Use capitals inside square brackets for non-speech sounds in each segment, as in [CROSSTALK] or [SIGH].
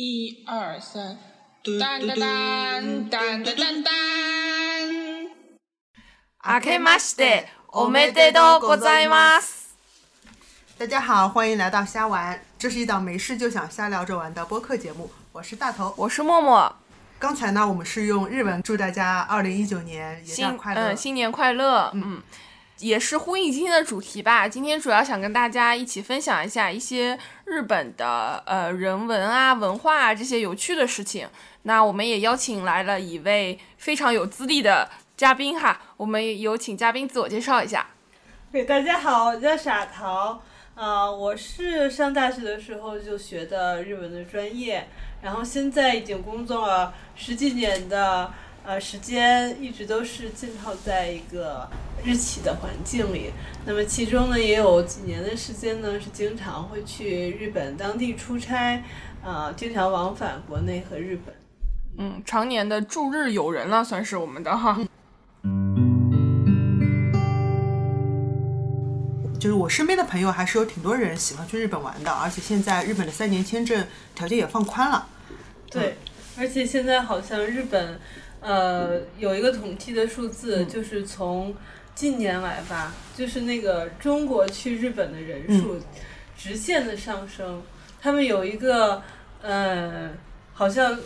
一二三，当当当当当当当。明けましておめでとうございます。大家好，欢迎来到瞎玩，这是一档没事就想瞎聊着玩的播客节目，我是大头。我是默默，刚才呢，我们是用日文祝大家二零一九年元旦新快乐。嗯新年快乐，嗯，也是呼应今天的主题吧。今天主要想跟大家一起分享一下一些日本的呃人文啊、文化啊这些有趣的事情。那我们也邀请来了一位非常有资历的嘉宾哈，我们有请嘉宾自我介绍一下。 [LAUGHS] 对，大家好，我叫傻桃，啊、我是上大学的时候就学的日文的专业，然后现在已经工作了十几年的呃时间，一直都是浸泡在一个日企的环境里。那么其中呢，也有几年的时间呢，是经常会去日本当地出差，啊、经常往返国内和日本。嗯，常年的驻日友人了，算是我们的哈。就是我身边的朋友还是有挺多人喜欢去日本玩的，而且现在日本的三年签证条件也放宽了。对，而且现在好像日本，呃，有一个统计的数字，就是从近年来吧，就是那个中国去日本的人数直线的上升。他们有一个，呃，好像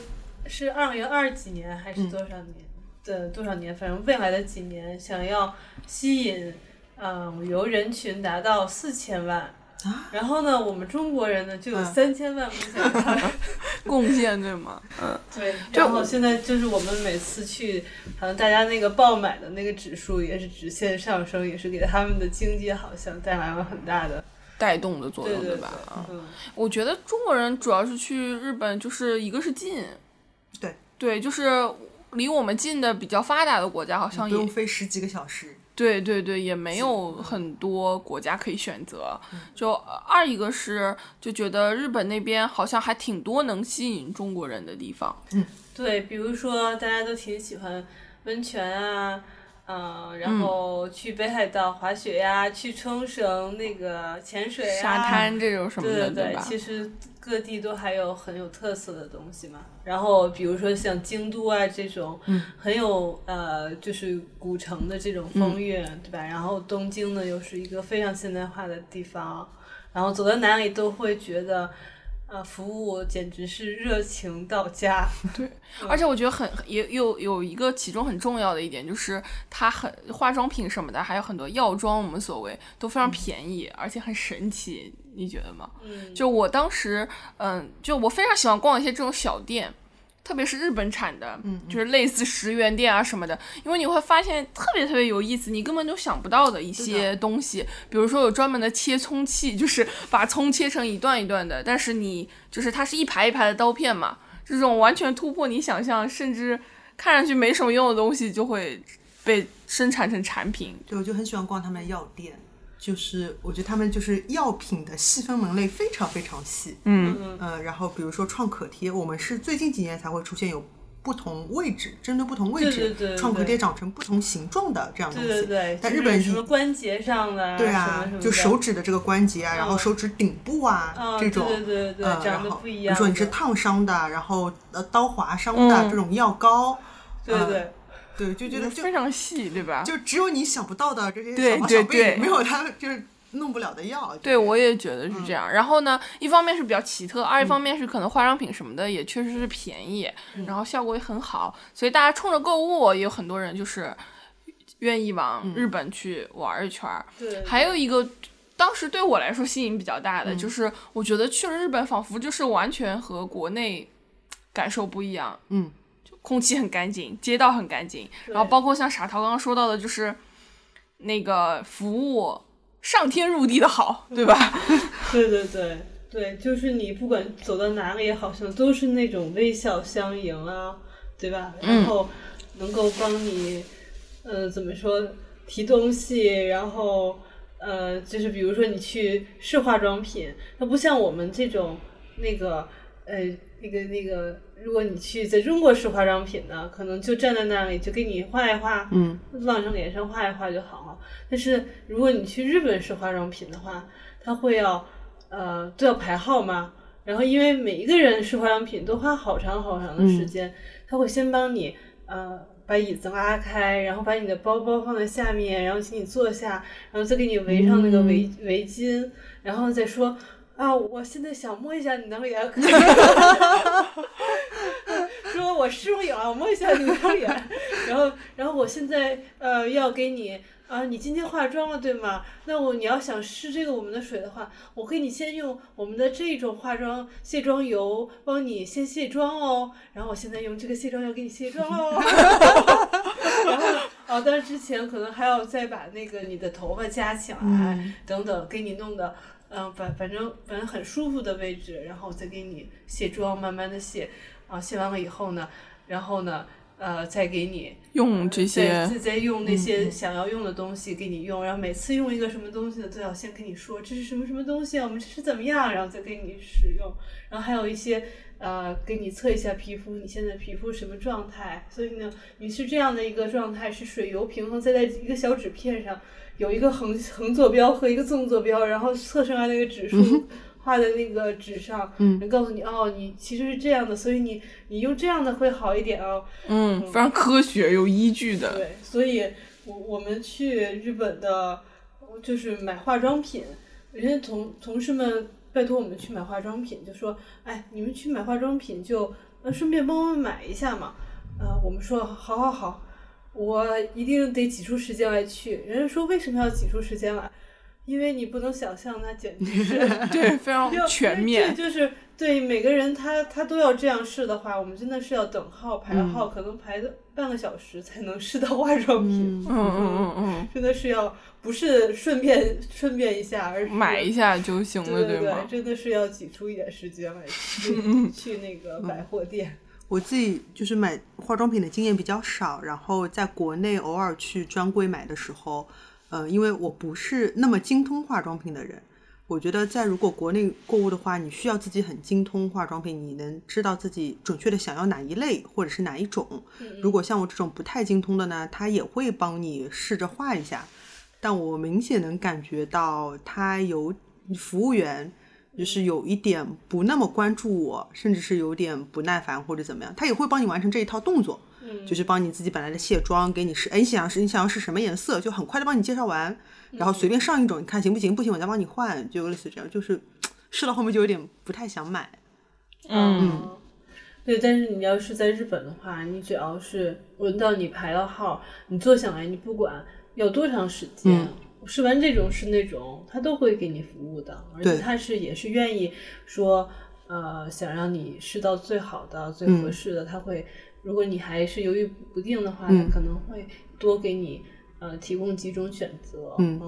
是二零二几年还是多少年的多少年，反正未来的几年，想要吸引，呃，旅游人群达到四千万。然后呢，我们中国人呢就有嗯三千万目标。 [LAUGHS] 贡献对吗？对，就然后现在就是我们每次去，好像大家那个爆买的那个指数也是直线上升，也是给他们的经济好像带来了很大的，带动的作对用对吧？啊。嗯，我觉得中国人主要是去日本，就是一个是近，对对，就是离我们近的比较发达的国家，好像不也用飞十几个小时。对对对，也没有嗯很多国家可以选择。就呃二一个是就觉得日本那边好像还挺多能吸引中国人的地方，对，比如说大家都挺喜欢温泉啊，嗯、然后去北海道滑雪呀、去冲绳那个潜水呀、沙滩这种什么啊对的，对对，吧？其实各地都还有很有特色的东西嘛。然后比如说像京都啊这种，很有呃就是古城的这种风韵，对吧？然后东京呢又是一个非常现代化的地方，然后走到哪里都会觉得。呃，服务简直是热情到家，而且我觉得很也有有一个其中很重要的一点，就是它很化妆品什么的，还有很多药妆，我们所谓都嗯非常便宜，而且很神奇，你觉得吗？嗯就我当时，嗯，就我非常喜欢逛一些这种小店。特别是日本产的，嗯，就是类似十元店啊什么的，因为你会发现特别特别有意思，你根本就想不到的一些东西，比如说有专门的切葱器，就是把葱切成一段一段的，但是你就是它是一排一排的刀片嘛，这种完全突破你想象，甚至看上去没什么用的东西就会被生产成产品。对，我就很喜欢逛他们的药店，就是我觉得他们就是药品的细分门类非常非常细。嗯呃，然后比如说创可贴，我们是最近几年才会出现有不同位置，针对不同位置，对对对对创可贴长成不同形状的这样东对西。对对，但就日本是什么已关节上的啊，对什么啊什么，的就手指的这个关节啊，然后嗯手指顶部啊、嗯这种，对对对对呃，长然得后不一比如说样你是的烫伤的，然后呃刀划伤的、嗯这种药膏，对呃对，对，就嗯觉得就非常细，对吧？就只有你想不到的这些对小毛对小对病，没有它就是弄不了的 [LAUGHS] 药。对，我也觉得是这样。然后呢，一方面是比较奇特，二一方面是可能化妆品什么的也确实是便宜，然后效果也很好，所以大家冲着购物，也有很多人就是愿意往日本去玩一圈儿。对嗯还有一个，当时对我来说吸引比较大的，就是我觉得去了日本，仿佛就是完全和国内感受不一样。嗯，就空气很干净，街道很干净，然后包括像傻桃刚刚说到的，就是那个服务上天入地的好，对吧？对对对对，就是你不管走到哪里，好像都是那种微笑相迎啊，对吧？然后能够帮你，呃，怎么说提东西，然后呃，就是比如说你去试化妆品，它不像我们这种那个呃那个那个，如果你去在中国试化妆品呢，可能就站在那里就给你画一画，嗯，往上脸上画一画就好了。但是如果你去日本试化妆品的话，它会要呃都要排号吗？然后因为每一个人试化妆品都花好长好长的时间，他会先帮你呃把椅子拉开，然后把你的包包放在下面，然后请你坐下，然后再给你围上那个围、围巾，然后再说。啊，我现在想摸一下你的脸，说我试用眼，我摸一下你的脸，然后，然后我现在呃要给你啊，你今天化妆了对吗？那我你要想试这个我们的水的话，我给你先用我们的这种化妆卸妆油帮你先卸妆哦，然后我现在用这个卸妆油给你卸妆哦， [LAUGHS] 然后哦，但是之前可能还要再把那个你的头发夹起来，等等，给你弄的。嗯，反反正反正很舒服的位置，然后再给你卸妆，慢慢的卸，啊，卸完了以后呢，然后呢，呃，再给你用这再些嗯再再用那些想要用的东西给你用，然后每次用一个什么东西呢，都要先跟你说这是什么什么东西啊，我们这是怎么样，然后再给你使用，然后还有一些呃，给你测一下皮肤，你现在皮肤什么状态，所以呢，你是这样的一个状态，是水油平衡，再在一个小纸片上有一个横横坐标和一个纵坐标，然后测出来那个指数。嗯画在那个纸上，嗯，告诉你哦，你其实是这样的，所以你你用这样的会好一点哦，嗯非常科学有依据的，对，所以我我们去日本的，就是买化妆品，人家同同事们拜托我们去买化妆品，就说，哎，你们去买化妆品就呃顺便帮我们买一下嘛，呃，我们说好好好，我一定得挤出时间来去。人家说为什么要挤出时间来？因为你不能想象，那简直是对，非 [LAUGHS] 常就哦全面，这就是对每个人他他都要这样试的话，我们真的是要等号排嗯号，可能排的半个小时才能试到化妆品，嗯嗯嗯 [LAUGHS] 真的是要不是顺便顺便一下，而是嗯，买一下就行对了，对吗？真的是要挤出一点时 [LAUGHS] 间来去去那个百货店。我自己就是买化妆品的经验比较少，然后在国内偶尔去专柜买的时候，呃，因为我不是那么精通化妆品的人，我觉得在如果国内购物的话，你需要自己很精通化妆品，你能知道自己准确的想要哪一类或者是哪一种。嗯如果像我这种不太精通的呢，他也会帮你试着画一下，但我明显能感觉到他有服务员就是有一点不那么关注我，甚至是有点不耐烦或者怎么样，他也会帮你完成这一套动作，嗯就是帮你自己本来的卸妆，给你试，哎，你想要是你想要是什么颜色，就很快的帮你介绍完，然后随便上一种，你看行不行，不行我再帮你换，就类似这样，就是嘖试到后面就有点不太想买，嗯，对，但是你要是在日本的话，你只要是轮到你排到号，你坐下来，你不管要多长时间，试完这种是那种，他都会给你服务的，而且对他是也是愿意说，呃，想让你试到最好的、最合适的，他会，如果你还是犹豫不定的话，他可能会多给你呃提供几种选择，嗯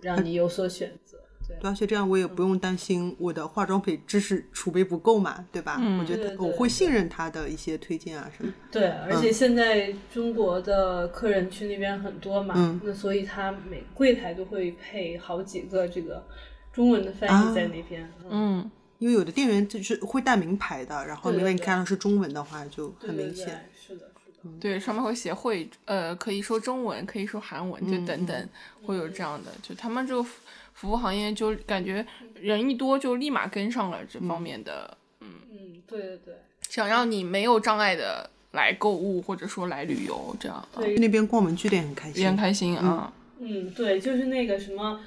让你有所选择。对，对，而且这样我也不用担心我的化妆品知识储备不够嘛，对吧？嗯我觉对得对我对会信任他的一些推荐啊什么，对，而且现在中国的客人去那边很多嘛，嗯那所以他每柜台都会配好几个这个中文的翻啊译在那边。嗯，嗯，因为有的店员就是会带名牌的，然后对对明明你对看到是中文的话就很对明对对显。，嗯是的，是的。对，上面会写会，呃，可以说中文，可以说韩文，嗯就等等，会有这样的。就他们这个服服务行业，就感觉人一多就立马跟上了这方面的，嗯，对对啊对。想让你没有障碍的来购物，或者说来旅游，这样啊对去那边逛文具店很开也很心。开心啊。嗯，对，就是那个什么，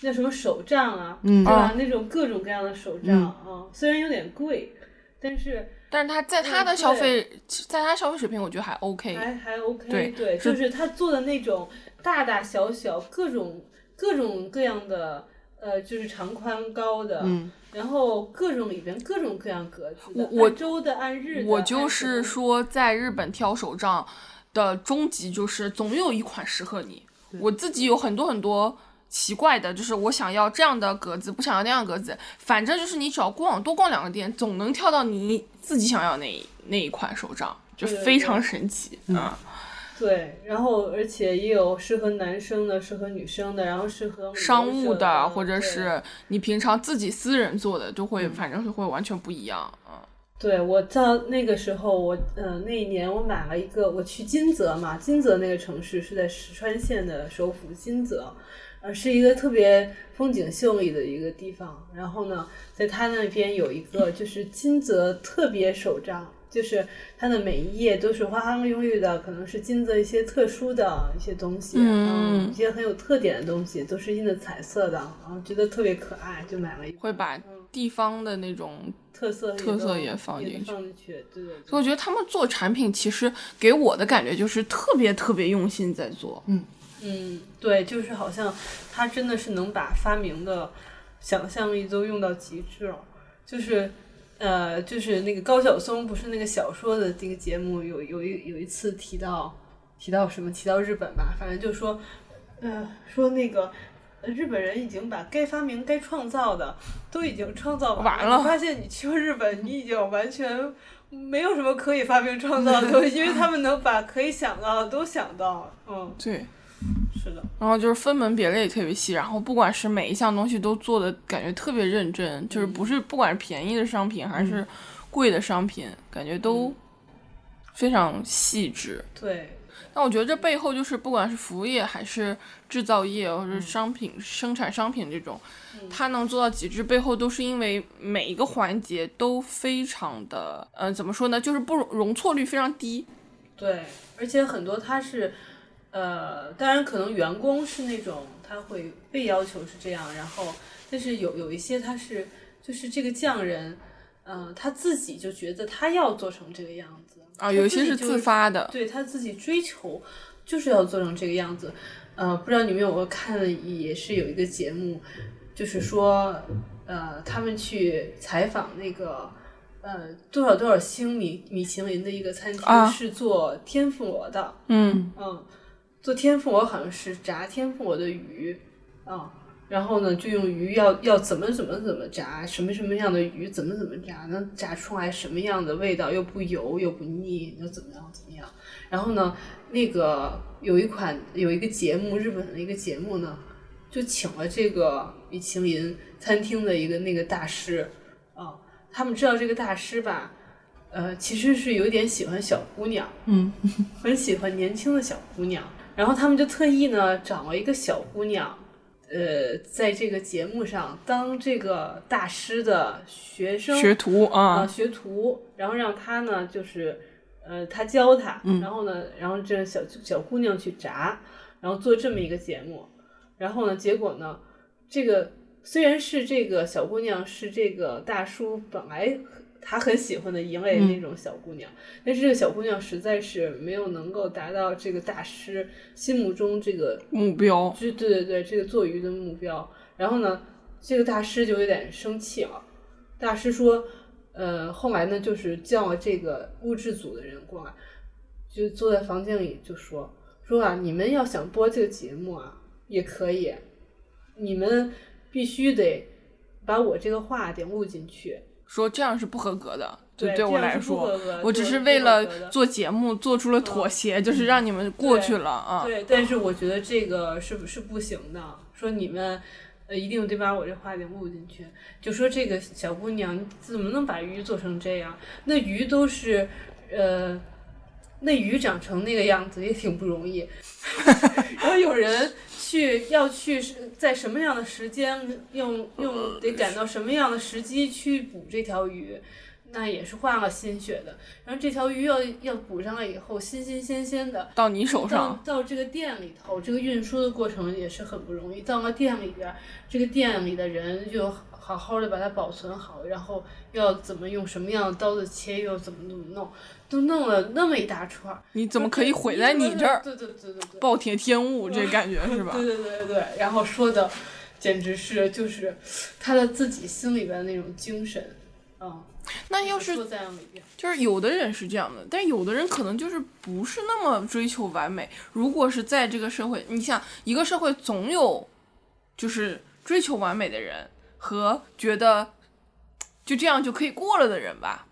那什么手账啊，嗯对吧？那种各种各样的手账嗯啊、虽然有点贵，但是但是他在他的嗯对消费，在他消费水平，我觉得还 OK。还还 OK 对是就是他做的那种大大小小各种各种各样的，呃，就是长宽高的，然后各种里边各种各样格子的，嗯我我按周的按日的，我按就什么是的，说，在日本挑手账的终极就是总有一款适合你。我自己有很多很多奇怪的，就是我想要这样的格子，不想要那样的格子，反正就是你只要逛多逛两个店，总能挑到你自己想要那一那一款手账，就对对嗯非对常神奇啊！ [LAUGHS] 对，然后而且也有适合男生的，适合女生的，然后适合旅游商务者的，的，或者对嗯是你平常自己私人做的，就会反正就会完全不一样啊。对我到那个时候，我呃那一年我买了一个，我去金泽嘛，金泽那个城市是在石川县的首府金泽，呃是一个特别风景秀丽的一个地方。然后呢，在它那边有一个就是金泽特别首章，就是它的每一页都是花花绿绿的，可能是金泽一些特殊的一些东西，嗯一些很有特点的东西都是印的彩色的，然后觉得特别可爱，就买了一个会把地方的那种特色特都色也放进去放进去，对对对。所以我觉得他们做产品，其实给我的感觉就是特别特别用心在做。嗯，对，就是好像他真的是能把发明的想象力都用到极致了。就是，呃，就是那个高晓松不是那个小说的这个节目有有一有一次提到提到什么提到日本吧，反正就说，呃，说那个。呃日本人已经把该发明、该创造的都已经创造完完了你发现你去过日本，你已经完全没有什么可以发明创造的东西，因为他们能把可以想到的都想到了。嗯，对，是的。然后就是分门别类特别细，然后不管是每一项东西都做的感觉特别认真，就是嗯不是不管是便宜的商品还是贵的商品，感觉都嗯非常细致。对，那我觉得这背后就是，不管是服务业还是制造业，或者嗯是商品、生产商品这种，它能做到极致，背后都是因为每一个环节都非常的，嗯、怎么说呢，就是不容容错率非常低。对，而且很多他是，呃，当然可能员工是那种他会被要求是这样，然后但是有有一些他是就是这个匠人，嗯、他自己就觉得他要做成这个样子啊，有一些是自，发他的，自己就对他自己追求就是要做成这个样子。呃，不知道你们有没有看，也是有一个节目，就是说，呃，他们去采访那个。呃，多少多少星米米其林的一个餐厅啊是做天妇罗的，嗯，嗯，做天妇罗好像是炸天妇罗的鱼，啊，然后呢就用鱼要要怎么怎么怎么炸，什么什么样的鱼怎么怎么炸，能炸出来什么样的味道，又不油又不腻，又怎么样怎么样。然后呢，那个有一款有一个节目，日本的一个节目呢，就请了这个米其林餐厅的一个那个大师，啊，他们知道这个大师吧，呃，其实是有点喜欢小姑娘。很喜欢年轻的小姑娘，然后他们就特意呢找了一个小姑娘，呃，在这个节目上当这个大师的学生学徒啊、啊，学徒，然后让他呢就是呃他教他，然后呢，然后这小小姑娘去炸，然后做这么一个节目，然后呢，结果呢，这个虽然是这个小姑娘是这个大叔本来他很喜欢的一类那种小姑娘，但是这个小姑娘实在是没有能够达到这个大师心目中这个目标就对对对，这个做鱼的目标。然后呢，这个大师就有点生气了。大师说，呃，后来呢，就是叫了这个录制组的人过来，就坐在房间里就说说啊，你们要想播这个节目啊，也可以，你们必须得把我这个话得录进去。说这样是不合格的。就对对我这样来是不说合格，我只对是不为合了格的嗯做节目做出了妥协，就是让你们过对去了啊。对，但是我觉得这个是不是不行的？说你们呃一定得把我这话给录进去，就说这个小姑娘你怎么能把鱼做成这样？那鱼都是呃。那鱼长成那个样子也挺不容易， [LAUGHS] 然后有人去要去是在什么样的时间用用得赶到什么样的时机去捕这条鱼，那也是花了心血的。然后这条鱼要要捕上来以后，新新鲜鲜的，到你手上，到到这个店里头，这个运输的过程也是很不容易。到了店里边儿，这个店里的人就好好的把它保存好，然后要怎么用什么样的刀子切，又怎么怎么弄，都弄了那么一大串儿。你怎么可以毁在你你这儿？对对对对对。暴殄天物，这感觉是吧？ [LAUGHS] 对对对对对，然后说的简直是就是他的自己心里边的那种精神，嗯，那要是坐在里边，就是有的人是这样的，但有的人可能就是不是那么追求完美。如果是在这个社会，你想一个社会总有就是追求完美的人和觉得就这样就可以过了的人吧，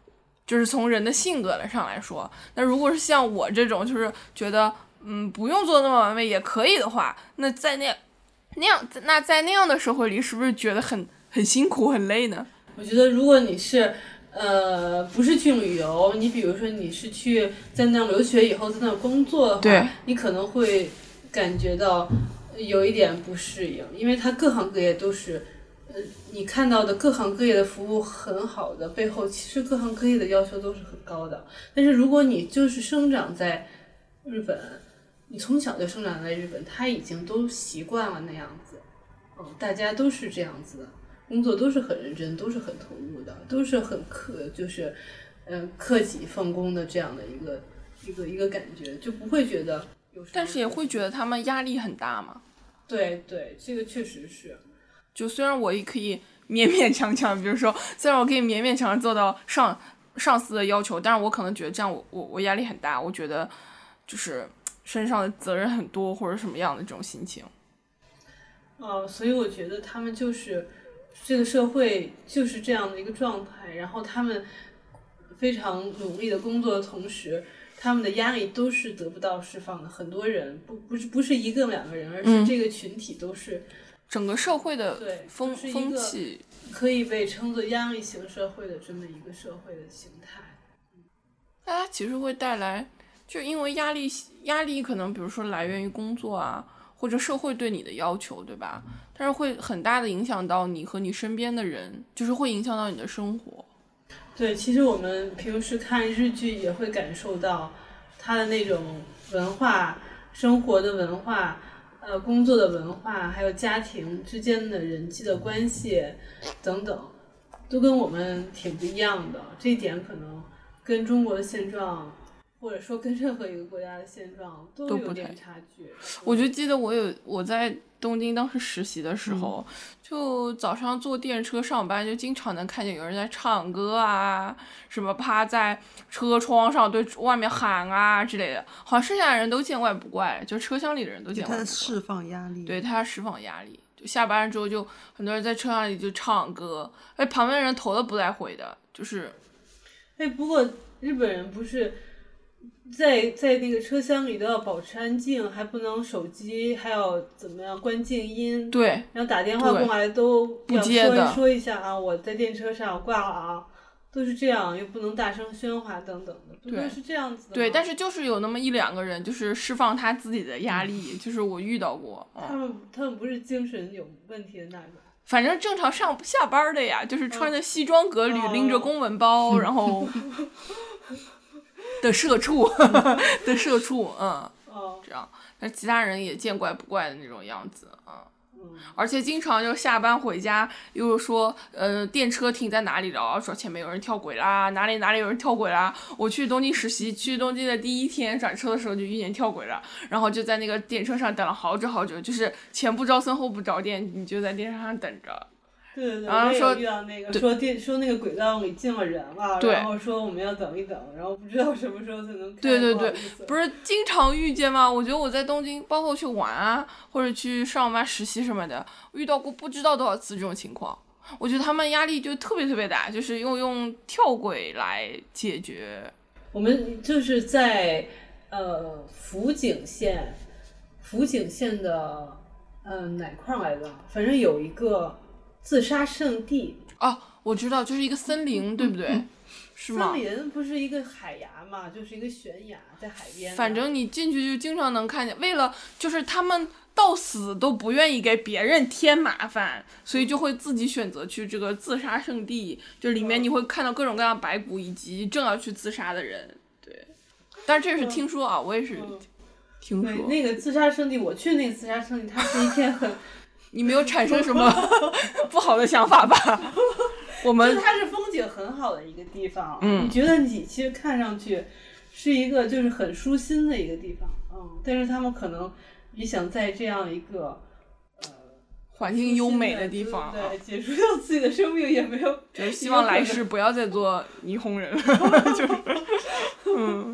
就是从人的性格来上来说。那如果是像我这种，就是觉得嗯不用做那么完美也可以的话，那在那那样那在那样的社会里，是不是觉得很很辛苦很累呢？我觉得如果你是呃，不是去旅游，你比如说你是去在那儿留学以后，在那儿工作的话，对你可能会感觉到有一点不适应，因为它各行各业都是，呃，你看到的各行各业的服务很好的背后，其实各行各业的要求都是很高的。但是如果你就是生长在日本，你从小就生长在日本，他已经都习惯了那样子，嗯，大家都是这样子的，工作都是很认真，都是很投入的，都是很客，就是，嗯、克己奉公的这样的一个一个一个感觉，就不会觉得有什么。但是也会觉得他们压力很大嘛。对对，这个确实是，就虽然我也可以勉勉强强，比如说，虽然我可以勉勉强强做到上上司的要求，但是我可能觉得这样我我我压力很大，我觉得就是身上的责任很多或者什么样的这种心情。呃，所以我觉得他们就是这个社会就是这样的一个状态，然后他们非常努力的工作的同时，他们的压力都是得不到释放的。很多人不不是不是一个两个人，而是这个群体都是整个社会的对风就是一风个气，可以被称作压力型社会的这么一个社会的形态。大家其实会带来，就因为压力，压力可能比如说来源于工作啊，或者社会对你的要求，对吧？但是会很大的影响到你和你身边的人，就是会影响到你的生活。对，其实我们平时看日剧也会感受到它的那种文化、生活的文化、呃工作的文化，还有家庭之间的人际的关系等等，都跟我们挺不一样的。这一点可能跟中国的现状，或者说跟任何一个国家的现状都都有不点太差距。我就记得我有我在东京当时实习的嗯时候，就早上坐电车上班，就经常能看见有人在唱歌啊，什么趴在车窗上对外面喊啊之类的，好像剩下的人都见怪不怪，就车厢里的人都见怪他不怪。释放压力，对，他释放压力。就下班之后，就很多人在车厢里就唱歌，哎，旁边人头都不带回的，就是哎，不过日本人不是在在那个车厢里都要保持安静，还不能手机，还要怎么样关静音，对然后打电话对过来都要接说的一说一下啊，我在电车上我挂了啊，都是这样，又不能大声喧哗等等的，不对都是这样子的对，吗但是就是有那么一两个人，就是释放他自己的压力，就是我遇到过，他嗯，们他们不是精神有问题的那种。反正正常上下班的呀，就是穿着西装革履，拎着嗯哦公文 [LAUGHS] 包，然后的社畜嗯 [LAUGHS] 的社畜，嗯，哦，这样，但其他人也见怪不怪的那种样子，嗯。嗯，而且经常就下班回家，又说，呃，电车停在哪里了？说前面有人跳轨啦，哪里哪里有人跳轨啦。我去东京实习，去东京的第一天转车的时候就遇见跳轨了，然后就在那个电车上等了好久好久，就是前不着村后不着店，你就在电车上等着。对对对，然后我也说有遇到那个对说电说那个轨道里进了人了，对然后说我们要等一等，然后不知道什么时候才能开，对对不好对意思不是经常遇见吗？我觉得我在东京，包括去玩啊，或者去上班实习什么的，遇到过不知道多少次这种情况。我觉得他们压力就特别特别大，就是用用跳轨来解决。我们就是在呃福井县，福井县的呃哪块儿来着？反正有一个自杀圣地，哦，我知道，就是一个森林，对不对？是吗嗯森？林不是一个海崖嘛，就是一个悬崖在海边。反正你进去就经常能看见，为了就是他们到死都不愿意给别人添麻烦，所以就会自己选择去这个自杀圣地，就里面你会看到各种各样的白骨以及正要去自杀的人。对，但是这是听说啊，我也是嗯听对说。那个自杀圣地，我去那个自杀圣地，它是一 [LAUGHS] 片很，你没有产生 [LAUGHS] 什么不好的想法吧？ [LAUGHS] 我就是们它是风景很好的一个地方。嗯你觉得你其实看上去是一个就是很舒心的一个地方，嗯，但是他们可能也想在这样一个。环境优美的地方啊，对，结束掉自己的生命也没有。就是希望来世不要再做霓虹人了， [LAUGHS] 就是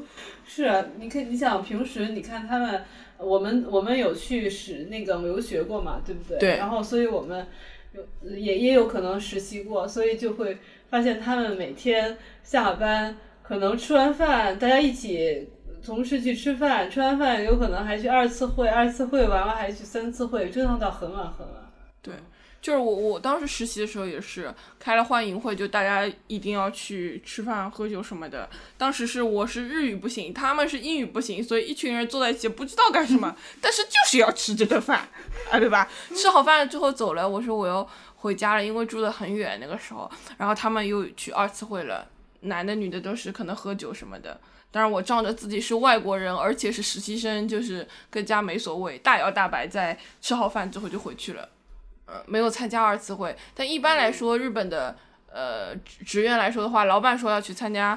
是啊，你看，你想平时你看他们，我们我们有去使那个留学过嘛，对不对？对然后，所以我们有也也有可能实习过，所以就会发现他们每天下了班，可能吃完饭大家一起。同事去吃饭，吃完饭有可能还去二次会，二次会完了还去三次会，折腾到很晚很晚。对，就是我我当时实习的时候也是开了欢迎会，就大家一定要去吃饭喝酒什么的。当时是我是日语不行，他们是英语不行，所以一群人坐在一起不知道干什么，但是就是要吃这顿饭啊，对吧？吃好饭了之后走了，我说我要回家了，因为住得很远那个时候。然后他们又去二次会了，男的女的都是可能喝酒什么的。当然我仗着自己是外国人，而且是实习生，就是更加没所谓，大摇大摆在吃好饭之后就回去了。呃，没有参加二次会，但一般嗯来说，日本的呃职职员来说的话，老板说要去参加，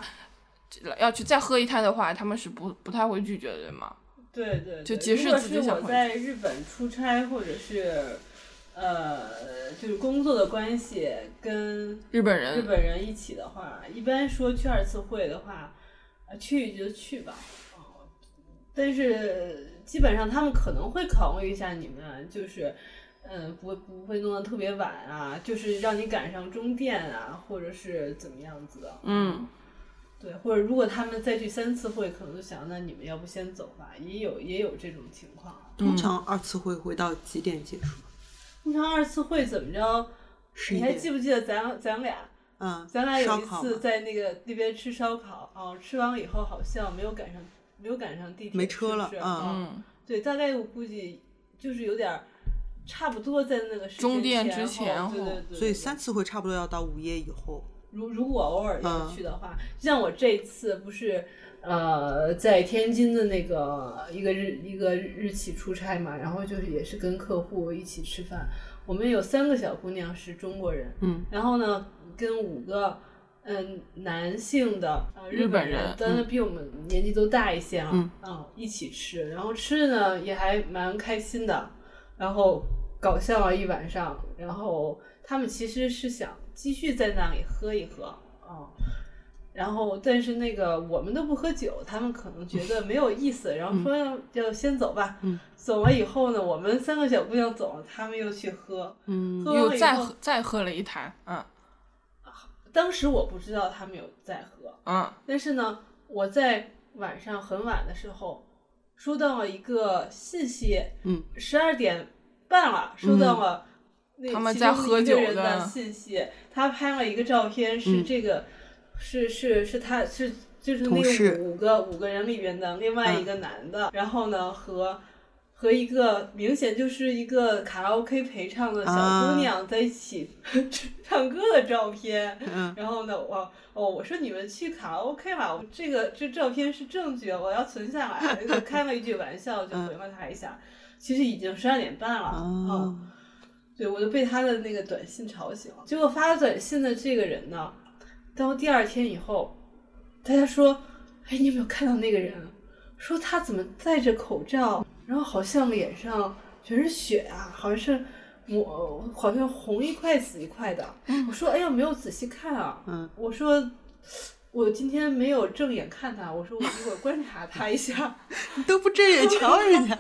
要去再喝一摊的话，他们是不不太会拒绝的嘛。对对，对就即使如果自己是想我回在日本出差，或者是呃，就是工作的关系跟日本日人，本人一起的话，一般说去二次会的话，呃去就去吧。哦但是基本上他们可能会考虑一下你们，就是，嗯，不不会弄得特别晚啊，就是让你赶上终点啊，或者是怎么样子的。嗯，对，或者如果他们再去三次会，可能就想，那你们要不先走吧，也有也有这种情况。嗯通常二次会会到几点结束？通常二次会怎么着？十一你还点。记不记得咱咱俩？嗯，咱俩有烧一烤次嘛在那个那边吃烧烤，哦，吃完了以后好像没有赶上，没有赶上地铁，没车了是不是嗯嗯，对，大概我估计就是有点儿差不多在那个时间终点前之前后，对后对对对所以三次会差不多要到午夜以后。如如果偶尔要嗯去的话，就像我这次不是呃在天津的那个一个日一个日企出差嘛，然后就是也是跟客户一起吃饭，我们有三个小姑娘是中国人，嗯，然后呢跟五个。嗯，男性的、呃、日本本人当然比我们年纪都大一些啊，嗯一起吃，然后吃的呢也还蛮开心的，然后搞笑了一晚上，然后他们其实是想继续在那里喝一喝，嗯，然后但是那个我们都不喝酒，他们可能觉得没有意思，然后说要要先走吧，嗯，走了以后呢，我们三个小姑娘走了，他们又去喝，嗯，喝又完以再后喝，再喝了一坛，嗯当时我不知道他们有在喝，嗯，但是呢，我在晚上很晚的时候收到了一个信息，嗯，十二点半了，收到了那他们其在中喝一个酒人的的信息，他拍了一个照片，是嗯这个，是是是他是就是同那事五个五个人里边的另外一个男的，然后呢和。和一个明显就是一个卡拉 OK 陪唱的小啊姑娘在一起 [LAUGHS] 唱歌的照片， [LAUGHS] 嗯然后呢，我哦，我说你们去卡拉 OK 吧，我这个这照片是证据，我要存下来。就开了一句玩笑，就回了他一下。其实已经十二点半了，嗯，啊，对我就被他的那个短信吵醒了。结果发短信的这个人呢，到第二天以后，大家说，哎，你有没有看到那个人？说他怎么戴着口罩，然后好像脸上全是血啊，好像是抹，好像红一块紫一块的。我说，哎呀，没有仔细看啊。嗯，我说。我今天没有正眼看他，我说我一会儿观察他一下，你都不正眼瞧人家，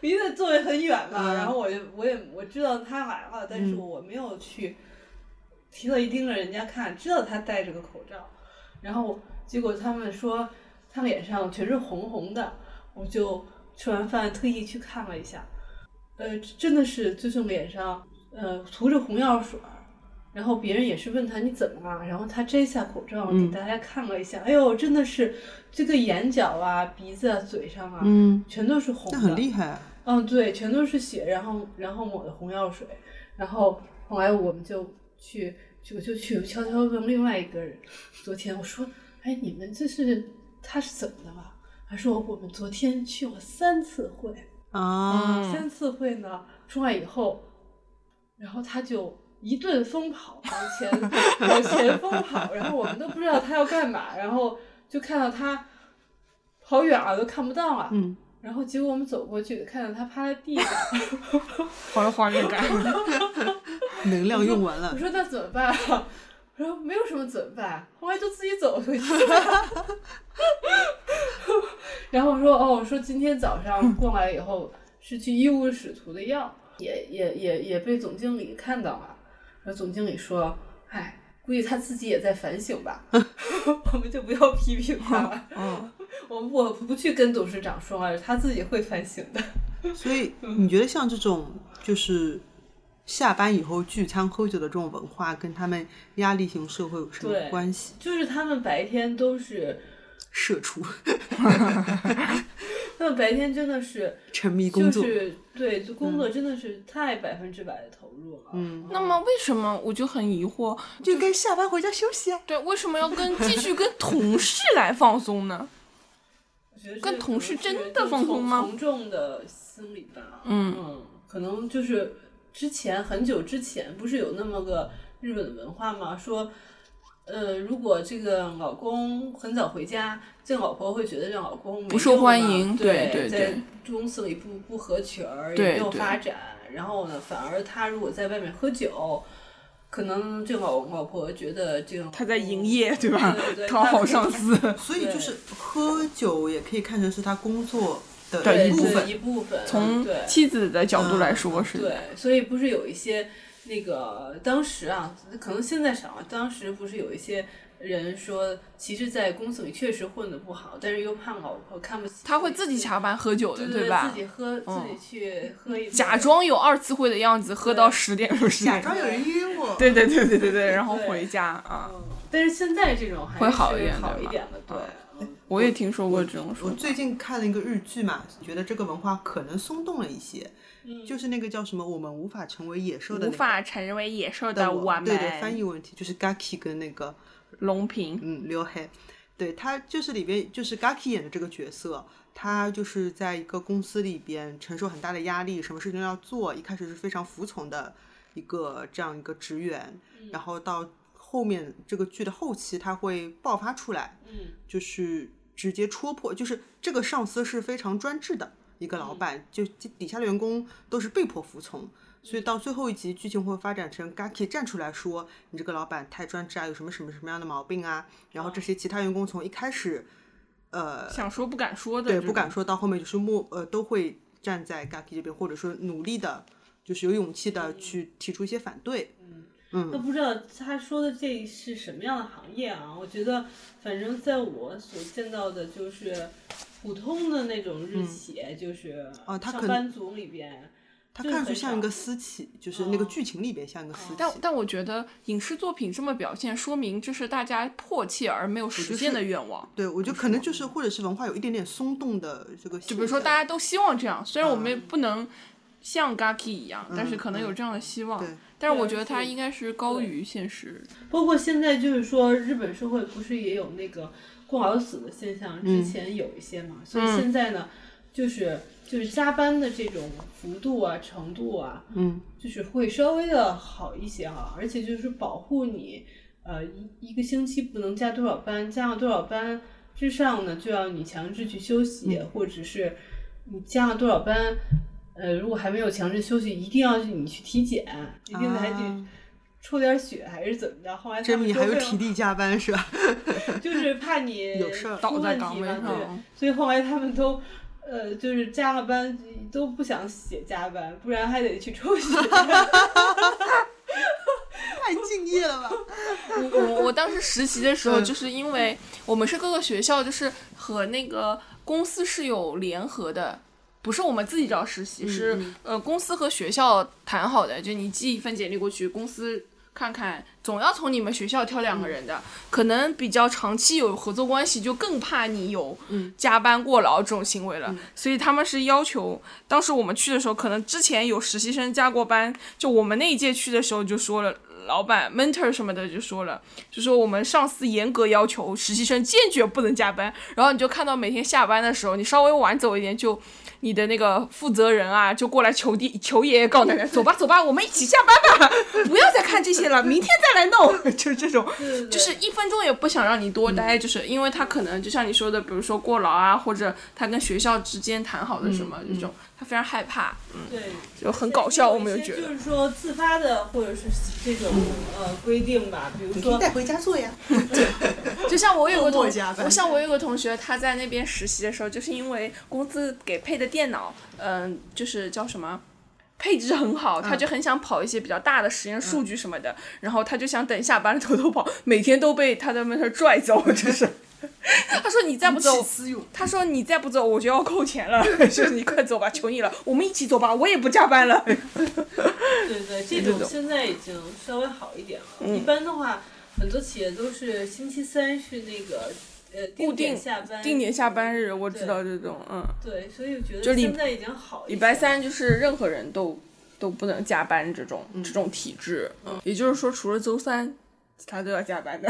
离的座位很远嘛，嗯然后我就我也我知道他来了，但是我没有去提了一盯着人家看，知道他戴着个口罩，然后结果他们说他脸上全是红红的，我就吃完饭特意去看了一下，呃，真的是就是脸上呃涂着红药水儿。然后别人也是问他你怎么了，然后他摘下口罩给嗯大家看了一下，哎呦，真的是这个眼角啊、鼻子啊、嘴上啊， [LAUGHS] 嗯，全都是红的，那很厉害。啊嗯，对，全都是血，然后然后抹的红药水，然后后来我们就去，就我就去悄悄问另外一个人，昨天我说，哎，你们这是他是怎么的了？他说我们昨天去了三次会，啊，嗯三次会呢出来以后，然后他就一顿疯跑，往前往前疯跑，然后我们都不知道他要干嘛，然后就看到他跑远了都看不到了，嗯，然后结果我们走过去，看到他趴在地上， [LAUGHS] 好有画面感，能量用完我 [LAUGHS] 了，说那怎么办啊？我说没有什么怎么办，后来就自己走回去。 [LAUGHS] 然后我说哦，我说今天早上过来以后是去医务室涂的药，也也也也被总经理看到了。然后总经理说，哎，估计他自己也在反省吧， [LAUGHS] 我们就不要批评他了。 [LAUGHS] 嗯，我我不去跟董事长说了，他自己会反省的。嗯所以你觉得像这种就是下班以后聚餐喝酒的这种文化跟他们压力型社会有什么对关系？就是他们白天都是，社畜他们白天真的是沉迷工就作，是对，就工作真的是太百分之百的投入了。嗯，那么为什么我就很疑惑，就该下班回家休息啊。对，为什么要跟继续跟同事来放松 [LAUGHS] 呢？我觉得这跟个同可能事是真就的放从松吗从众的心理吧，嗯可能就是之前很久之前不是有那么个日本的文化吗？说，呃，如果这个老公很早回家，这老婆会觉得这老公没不受用欢嘛迎对对对在公司里不不合群儿，也对没有对发展。然后呢，反而他如果在外面喝酒。可能这老老婆觉得这个他在老公营业，对吧对对？对讨他好可上司。所以就是喝酒也可以看成是他工作的对一部对分一。部分 [LAUGHS] 从对嗯妻子的角度来说是的，对，所以不是有一些那个当时啊，可能现在少了，当时不是有一些人说，其实，在公司里确实混得不好，但是又怕老婆看不起，他会自己查，下班喝酒的，对对，吧嗯自？己喝，自己去喝一杯，假装有二次会的样子，喝到十点有十假点，装有人约我，对对对对对对，然后对回家啊。嗯。但是现在这种还会是好好一点对一吧点的，对。嗯我也听说过这种说我法，最近看了一个日剧嘛，觉得这个文化可能松动了一些，就是那个叫什么“我们无法成为野兽”的、那嗯无个、法成为野兽的的我完对对，翻美译问题就是 Gaki 跟那个龙平，嗯刘海，对他就是里边就是 Gaki 演的这个角色，他就是在一个公司里边承受很大的压力，什么事情都要做，一开始是非常服从的一个这样一个职员，然后到后面这个剧的后期他会爆发出来，嗯就是直接戳破，就是这个上司是非常专制的一个老板，就底下的员工都是被迫服从。所以到最后一集，剧情会发展成 Gaki 站出来说：“你这个老板太专制啊，有什么什么什么样的毛病啊？”然后这些其他员工从一开始，呃，想说不敢说的，对不敢。说，到后面就是默呃都会站在 Gaki 这边，或者说努力的，就是有勇气的去提出一些反对。嗯都嗯不知道他说的这是什么样的行业啊？我觉得，反正在我所见到的，就是普通的那种日企，就是嗯哦他可上班族里边，他看上去像一个私企，就是那个剧情里边像一个私企。但但我觉得影视作品这么表现，说明这是大家迫切而没有实现的愿望。对，我觉得可能就是，或者是文化有一点点松动的嗯这个现象。就比如说，大家都希望这样，虽然我们也不能像 Gaki 一样，但是嗯可能有这样的希望。但是我觉得它应该是高于现实。包括现在就是说，日本社会不是也有那个过劳死的现象？嗯之前有一些嘛，所以现在呢，就是就是加班的这种幅度啊、程度啊，嗯，就是会稍微的好一些哈、而且就是保护你，呃，一一个星期不能加多少班，加上多少班之上呢，就要你强制去休息，嗯或者是你加上多少班，呃，如果还没有强制休息，一定要你去体检，一定还得啊抽点血还是怎么着？后来他珍们妮说还有为了体力加班是吧？ [LAUGHS] 就是怕你有事儿出倒在问岗题位嘛，上啊对，所以后来他们都。呃，就是加了班都不想写加班，不然还得去抽血。 [LAUGHS] 太敬业了吧？我我我当时实习的时候，就是因为我们是各个学校，就是和那个公司是有联合的，不是我们自己找实习，是呃公司和学校谈好的，就你寄一份简历过去，公司。看看，总要从你们学校挑两个人的，可能比较长期有合作关系，就更怕你有加班过劳这种行为了。所以他们是要求，当时我们去的时候，可能之前有实习生加过班，就我们那一届去的时候就说了，老板 mentor 什么的就说了，就说我们上司严格要求实习生坚决不能加班，然后你就看到每天下班的时候，你稍微晚走一点就。你的那个负责人啊，就过来求弟求爷爷告奶奶， [LAUGHS] 走吧走吧，我们一起下班吧，不要再看这些了，明天再来弄， [LAUGHS] 就是这种，就是一分钟也不想让你多待，就是因为他可能就像你说的，比如说过劳啊，或者他跟学校之间谈好的什么这种，他非常害怕，嗯，对，就很搞笑，我没有嗯一些觉得就。是说自发的，或者是这种呃规定吧，比如说带回家做呀。就像我有个默同默加，班我像我有个同学，他在那边实习的时候，就是因为公司给配的电脑，嗯、就是叫什么？配置很好，他就很想跑一些比较大的实验数据什么的，然后他就想等下班了偷偷跑，每天都被他的 mentor 拽走，就是 [LAUGHS] 他说你再不走走，私用，他说你再不走我就要扣钱了，就是你快走吧，求你了，我们一起走吧，我也不加班了。对对，这这种种现在已经稍微好一点了。嗯一般的话，很多企业都是星期三是那个呃固点定下班，定点下班日，我知道这种，嗯，对，所以我觉就得礼现在已经好一些礼拜三就是任何人都都不能加班这种这种体制，嗯，也就是说除了周三，其他都要加班 [LAUGHS] 的。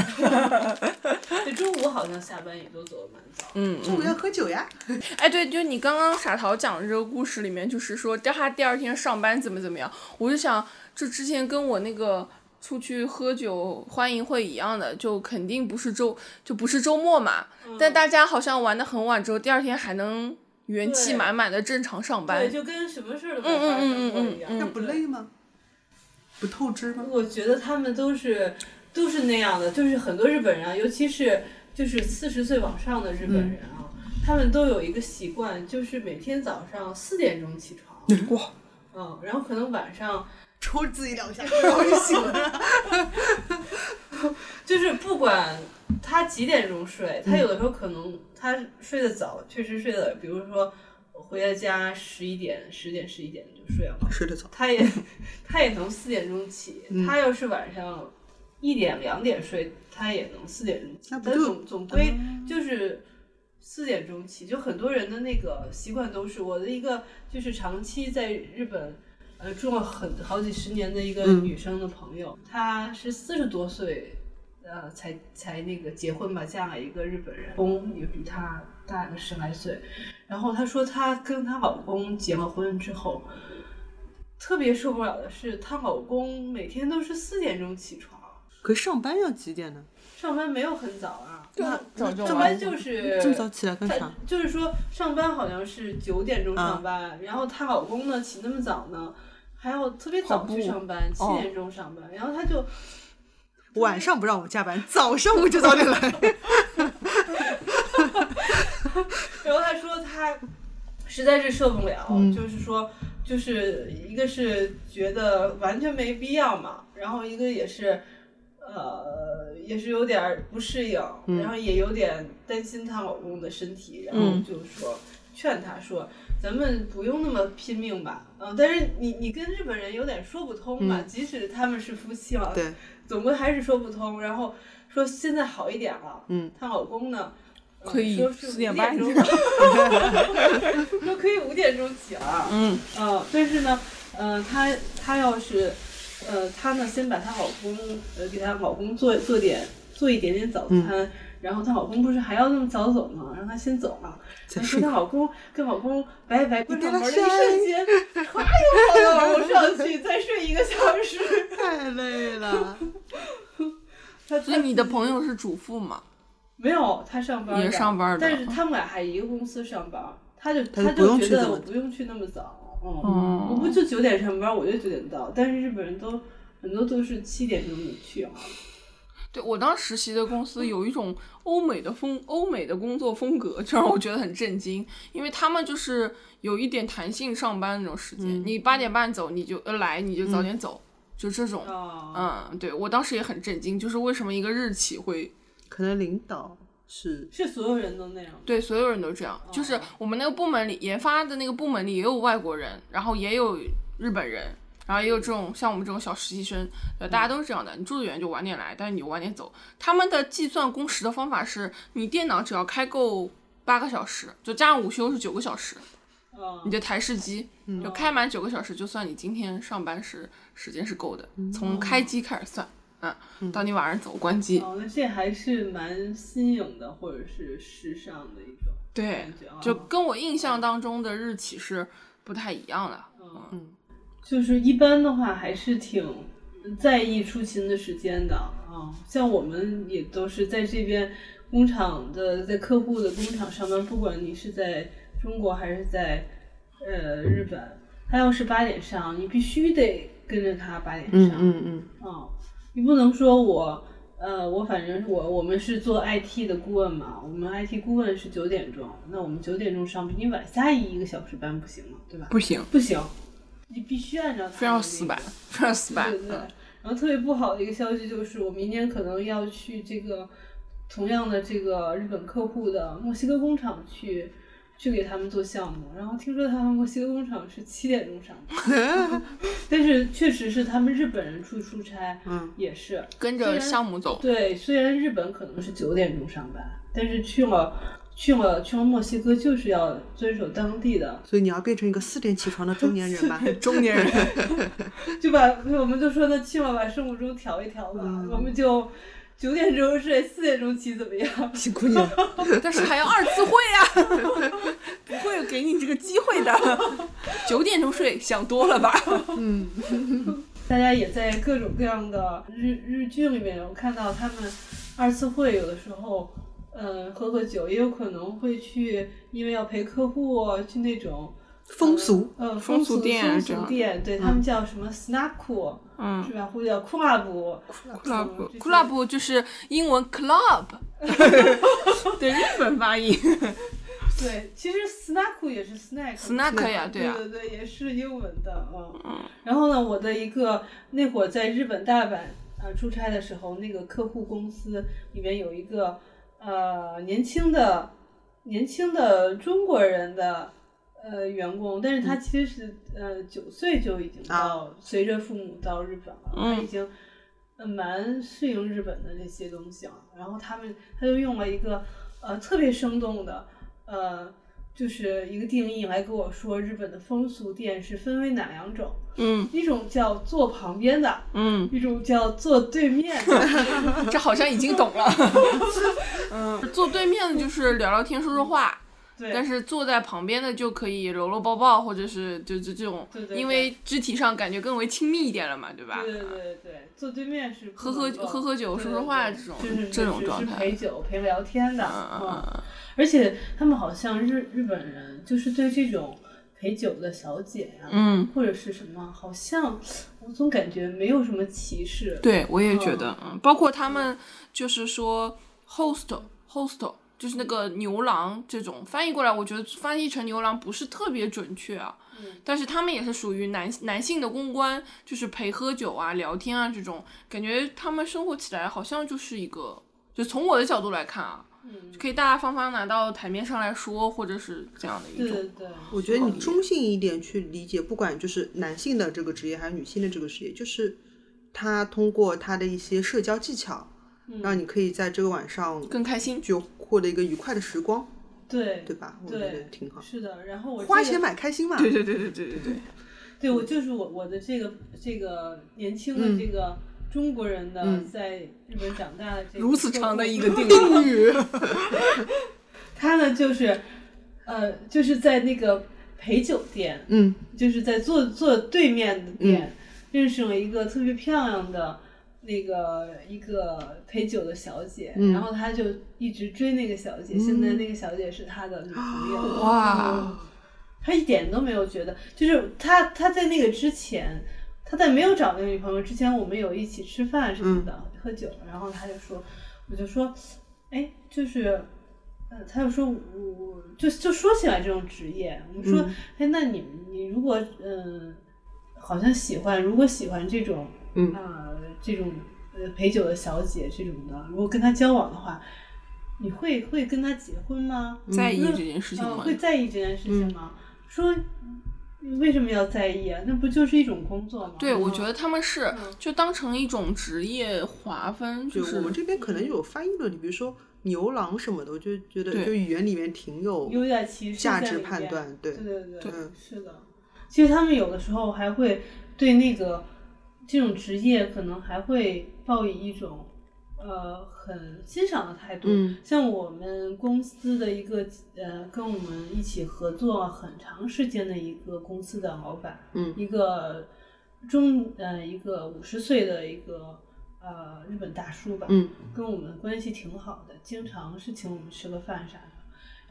对中午好像下班也都走得蛮早。嗯，中午要喝酒呀。哎，对，就你刚刚傻桃讲的这个故事里面，就是说叫他第二天上班怎么怎么样，我就想，就之前跟我那个出去喝酒欢迎会一样的，就肯定不是周，就不是周末嘛。嗯但大家好像玩的很晚之后，第二天还能元气对满满的正常上班对，。就跟什么事儿都没有发嗯嗯生嗯过嗯一嗯样。那不累吗？不透支吗？我觉得他们都是都是那样的，就是很多日本人啊，尤其是就是四十岁往上的日本人啊，他们都有一个习惯，就是每天早上四点钟起床，哇，嗯，然后可能晚上 [LAUGHS] 抽自己两下，然后就醒了。就是不管他几点钟睡，他有的时候可能他睡得早，确实睡得，比如说回到家十一点、十点、十一点就睡了， [LAUGHS] 睡得早，他也他也能四点钟起，嗯他要是晚上一点两点睡，他也能四点钟起那，不但就嗯总总归就是四点钟起，就很多人的那个习惯都是我的一个就是长期在日本。呃，住了很好几十年的一个嗯女生的朋友，她是四十多岁，呃，才才那个结婚吧，嫁了一个日本人，公也比她大个十来岁。然后她说，她跟她老公结了婚之后，特别受不了的是，她老公每天都是四点钟起床，可是上班要几点呢？上班没有很早啊，那早就这上么完班就是这么早起来 [LAUGHS] 干啥她？就是说上班好像是九点钟嗯上班，然后她老公呢起那么早呢，还要特别跑早步去上班，七哦点钟上班，然后她就晚上不让我加班，早上我就早点 [LAUGHS] 来。然后他说他实在是受不了，嗯就是说，就是一个是觉得完全没必要嘛，然后一个也是，呃，也是有点儿不适应，嗯然后也有点担心她老公的身体，然后嗯就说劝她说。咱们不用那么拼命吧，嗯，但是你你跟日本人有点说不通嘛，即使他们是夫妻了，嗯对，总归还是说不通。然后说现在好一点了，嗯，她老公呢，嗯可以说是4:30五点钟， [LAUGHS] 说可以五点钟起了，嗯，嗯，但是呢，呃，她她要是，呃，她呢先把她老公，呃，给她老公做做点做一点点早餐。嗯然后她老公不是还要那么早走吗？让她先走了。再她睡说她老公跟老公拜拜，关上门的一你给他瞬间，哎唰又跑到楼上去，再睡一个小 [LAUGHS] 时。太累了。她所以你的朋友是主妇嘛？没有，他上班的也上班的但是他们俩还一个公司上班，他就他他就不用觉去这得么我不用去那么早，嗯，哦我不就九点上班，我就九点到，但是日本人都很多都是七点钟就去啊，对我当实习的公司有一种欧美的风，欧美的工作风格，就让我觉得很震惊，因为他们就是有一点弹性上班那种时间，你八点半走你就呃来你就早点走，就这种。啊，嗯，对我当时也很震惊，就是为什么一个日企会可能领导是是所有人都那样吗，对所有人都这样？就是我们那个部门里研发的那个部门里也有外国人，然后也有日本人，然后也有这种像我们这种小实习生，呃，大家都是这样的。你住得远就晚点来，但是你晚点走。他们的计算工时的方法是，你电脑只要开够八个小时，就加上午休是九个小时，啊你，的台式机就开满九个小时，就算你今天上班时时间是够的，从开机开始算，嗯，到你晚上走关机。哦，那这还是蛮新颖的，或者是时尚的一种对感，觉啊，就跟我印象当中的日企是不太一样的。就是一般的话还是挺在意出勤的时间的啊。像我们也都是在这边工厂的，在客户的工厂上班，不管你是在中国还是在呃日本，他要是八点上，你必须得跟着他八点上。嗯哦，你不能说我，呃，我反正我我们是做 IT 的顾问嘛，我们 IT 顾问是九点钟，那我们九点钟上班，你晚下一个小时班不行吗？对吧？不行，不行，你必须按照他的非那常个死板，非常死板对。对对嗯。然后特别不好的一个消息就是，我明天可能要去这个同样的这个日本客户的墨西哥工厂去。去给他们做项目，然后听说他们墨西哥工厂 [LAUGHS] 是七点钟上班，但是确实是他们日本人出出差，嗯，也是跟虽着然项目走。对，虽然日本可能是九点钟上班，但是去了去了去了墨西哥就是要遵守当地的，所以你要变成一个四点起床的中年人吧。中年 [LAUGHS] 人就把我们就说那去了把生物钟调一调吧，嗯我们就九点钟睡，四点钟起怎么样？ [LAUGHS] 辛苦你了，但是还要二次会啊， [LAUGHS] 不会给你这个机会的。 [LAUGHS] 九点钟睡，想多了吧？大家也在各种各样的日日剧里面，我看到他们二次会有的时候，嗯，喝喝酒，也有可能会去，因为要陪客户去那种风俗，呃风俗俗店啊风这俗样店，对他们叫什么 snack，、嗯是吧？或者叫 club。 ，club 这些 [LAUGHS] club 就是英文 club，对日本发音。对，其实 snack 也是 snack。 snack 呀，对啊，对对，也是英文的嗯。然后呢，我的一个那会儿在日本大阪呃出差的时候，那个客户公司里面有一个呃年轻的年轻的中国人的呃员工，但是嗯他其实是、呃九岁就已经到、啊随着父母到日本了，他已嗯经。呃蛮适应日本的这些东西啊，然后他们他就用了一个呃特别生动的呃就是一个定义来跟我说，日本的风俗店是分为哪两种？嗯一种叫坐旁边的，嗯，一种叫坐对面 [LAUGHS] 的。这好像已经 [LAUGHS] 懂了。嗯，坐对面的就是聊聊天、说说话，对，但是坐在旁边的就可以搂搂抱抱，或者是就就这种对对，对因为肢体上感觉更为亲密一点了嘛，对吧？对对对对，坐对面是不喝喝能够喝喝酒对说说话对这种是是这种是状是态陪酒陪聊天的。嗯嗯嗯，而且他们好像日日本人就是对这种陪酒的小姐呀、嗯，或者是什么，好像我总感觉没有什么歧视。对我也觉得，嗯，包括他们就是说 host host。就是那个牛郎这种翻译过来，我觉得翻译成牛郎不是特别准确啊。嗯但是他们也是属于男男性的公关，就是陪喝酒啊、聊天啊这种，感觉他们生活起来好像就是一个，就从我的角度来看啊，嗯，可以大大方方拿到台面上来说，或者是这样的一对种。对对。我觉得你中性一点去理解，不管就是男性的这个职业还是女性的这个职业，就是他通过他的一些社交技巧，让你可以在这个晚上更开心，就获得一个愉快的时光，对对吧？我觉得对，挺好，是的，然后我花这个钱买开心嘛。对对对对对对对，对嗯我就是我我的这个这个年轻的这个中国人的、嗯在日本长大的这个如此长的一个 [LAUGHS] 定义，义，他呢就是呃就是在那个陪酒店， [LAUGHS] 嗯，就是在坐坐对面的店、认识了一个特别漂亮的。那个一个陪酒的小姐、嗯然后他就一直追那个小姐，现在那个小姐是他的女朋友。哇，他一点都没有觉得，就是他他在那个之前，他在没有找那个女朋友之前，我们有一起吃饭什么的，喝酒，然后他就说，我就说，哎，就是，嗯，他就说我我就就说起来这种职业，我们说，嗯哎，那你你如果嗯、好像喜欢，如果喜欢这种，嗯啊、这种呃陪酒的小姐这种的，如果跟他交往的话，你会会跟他结婚吗？在意这件事情嗯，吗？会在意这件事嗯情吗？说嗯为什么要在意啊？那不就是一种工作吗？对，我嗯觉得他们是嗯就当成一种职业划分，就就是我们这边可能有翻译论，你比如说牛郎什么的，我就觉得对就语言里面挺有有点歧视价在值里判面。断，对对，对对，嗯是的。其实他们有的时候还会对那个这种职业，可能还会抱以一种呃很欣赏的态度。嗯像我们公司的一个呃，跟我们一起合作了很长时间的一个公司的老板，嗯一个中呃一个五十岁的一个呃日本大叔吧，嗯，跟我们关系挺好的，经常是请我们吃个饭啥的。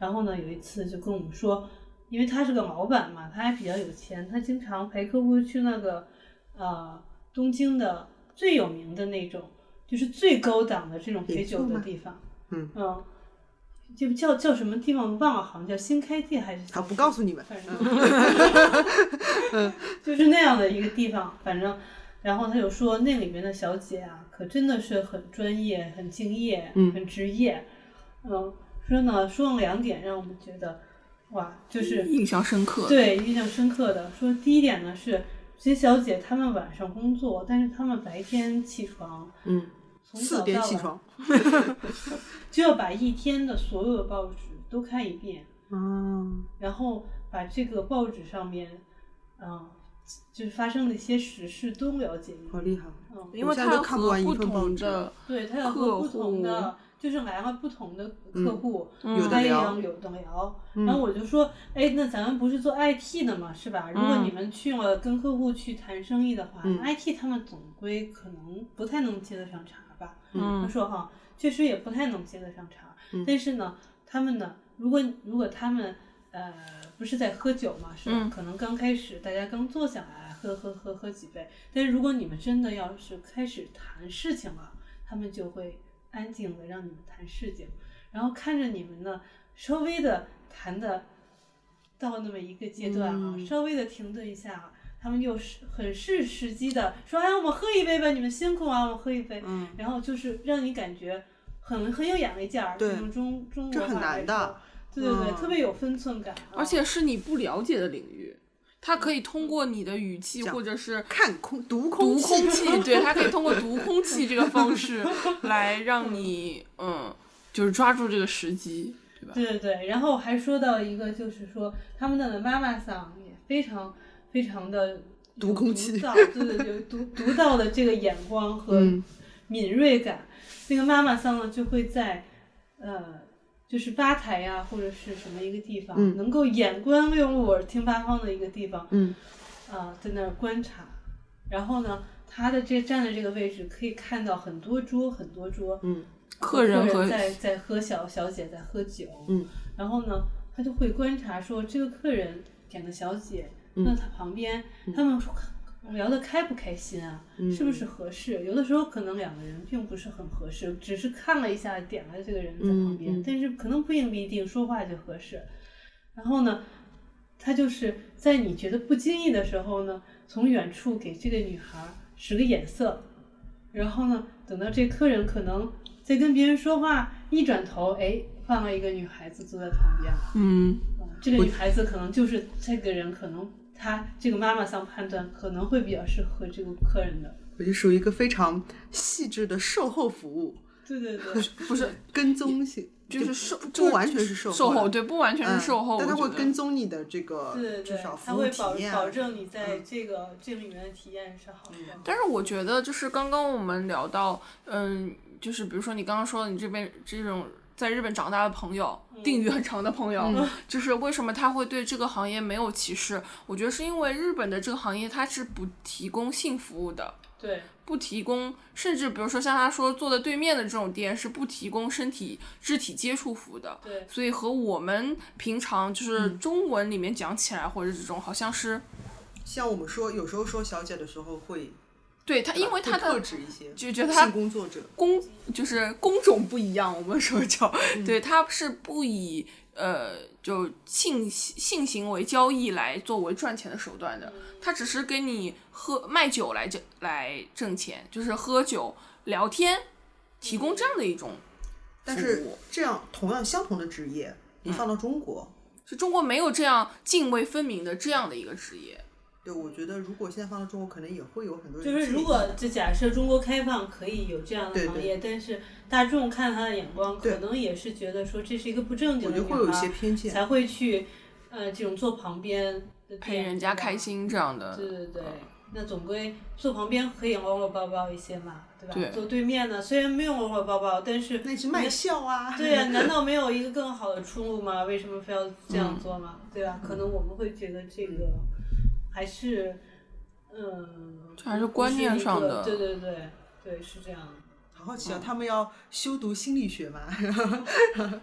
然后呢，有一次就跟我们说，因为他是个老板嘛，他还比较有钱，他经常陪客户去那个呃东京的最有名的那种，就是最高档的这种陪酒别墅的吗地方。嗯嗯，就叫叫什么地方忘了，好像叫新开店还是叫好，不什告 [LAUGHS] 么诉你们，反正就是那样的一个地方，反正然后他就说那里面的小姐啊，可真的是很专业、很敬业、嗯很职业。嗯，说呢，说了两点让我们觉得，哇，就是印象深刻。，对，印象深刻的说，第一点呢是这些小姐她们晚上工作，但是她们白天起床，嗯，从早四点到起晚床，就要把一天的所有的报纸都看一遍，嗯然后把这个报纸上面，嗯，就是发生的一些时事都了解一啊好遍。厉害，嗯，因为我它现在要都看不和完一不份报同纸的，对，她要客和不同户的，就是来了不同的客户，嗯有的三聊阳有的聊。嗯然后我就说，哎，那咱们不是做 IT 的嘛，是吧？如果你们去了跟客户去谈生意的话、嗯 i t 他们总归可能不太能接得上茬吧？他嗯，说哈，确实也不太能接得上茬，但是呢，他们呢，如果如果他们呃不是在喝酒嘛，是吧？嗯可能刚开始大家刚坐下来，喝喝喝喝几杯，但是如果你们真的要是开始谈事情了，他们就会安静的让你们谈事情，然后看着你们呢，稍微的谈的到那么一个阶段啊，嗯稍微的停顿一下啊。他们又是很是时机的说：“哎，我们喝一杯吧，你们辛苦啊，我们喝一杯。”嗯，然后就是让你感觉很很有眼力见儿，对用中中这国很话来难的说，对对对，嗯特别有分寸感啊，而且是你不了解的领域，它可以通过你的语气或者是看空读读空空气， [LAUGHS] 对，它可以通过读空气这个方式来让你，嗯，就是抓住这个时机，对吧？对对对，然后还说到一个，就是说他们的妈妈桑也非常非常的读空气独 [LAUGHS] 到，对对对，独独到的这个眼光和嗯敏锐感。那个妈妈桑呢，就会在呃，就是吧台呀、或者是什么一个地方，嗯能够眼观六路、耳听八方的一个地方，嗯，啊、在那儿观察。然后呢，他的这站的这个位置可以看到很多桌，很多桌，嗯客人和在在喝小小姐在喝酒，嗯，然后呢，他就会观察说这个客人点的小姐，嗯那他旁边、他们聊得开不开心啊，是嗯不是合适？有的时候可能两个人并不是很合适，只是看了一下点了这个人在旁边，嗯嗯但是可能不一定说话就合适。然后呢，他就是在你觉得不经意的时候呢，从远处给这个女孩儿使个眼色，然后呢，等到这客人可能在跟别人说话，一转头，哎，换了一个女孩子坐在旁边了。嗯，嗯这个女孩子可能就是这个人，可能她这个妈妈上判断可能会比较适合这个客人的。我就属于一个非常细致的售后服务，对对对，不是，跟踪性就是售就不完全是售售后，后，对，不完全嗯是售后，但我他觉会得跟踪你的这个对对至对少，她服务会体保验啊，保证你在嗯这个这里面的体验是好的。但是我觉得，就是刚刚我们聊到，嗯，就是比如说你刚刚说的你这边这种在日本长大的朋友，定语很长的朋友，就是为什么他会对这个行业没有歧视？我觉得是因为日本的这个行业它是不提供性服务的，对，不提供，甚至比如说像他说坐在对面的这种店是不提供身体肢体接触服务的，对所以和我们平常就是中文里面讲起来或者这种好像是像我们说有时候说小姐的时候会，对他，因为他会特的指一些，就觉得他性工作者，工就是工种不一样，我们说叫、[LAUGHS] 嗯对，它是不以呃就性性行为交易来作为赚钱的手段嗯的，它只是给你喝卖酒来挣来挣钱，就是喝酒聊天，提供这样的一种但是服务嗯这样同样相同的职业，你放到中国，就中国没有这样泾渭分明的这样的一个职业，对我觉得如果现在放到中国，可能也会有很多人就是介意如果就假设中国开放可以有这样对的对行业，但是大众看他的眼光，对可能也是觉得说这是一个不正经我的觉女得孩，会有一些偏见，才会去呃这种坐旁边的店陪人家开。心这样的，啊对吧对对对，嗯那总归坐旁边可以搂搂抱抱一些嘛，对吧？对坐对面呢，虽然没有搂搂抱抱，但是那是卖你笑啊，对呀、难道没有一个更好的出路 [LAUGHS] 吗？为什么非要这样做吗？嗯对吧？可能我们会觉得这个还是，嗯，这还是观念上的不是一个对对对对，是这样的。好好嗯奇啊，他们要修读心理学嘛？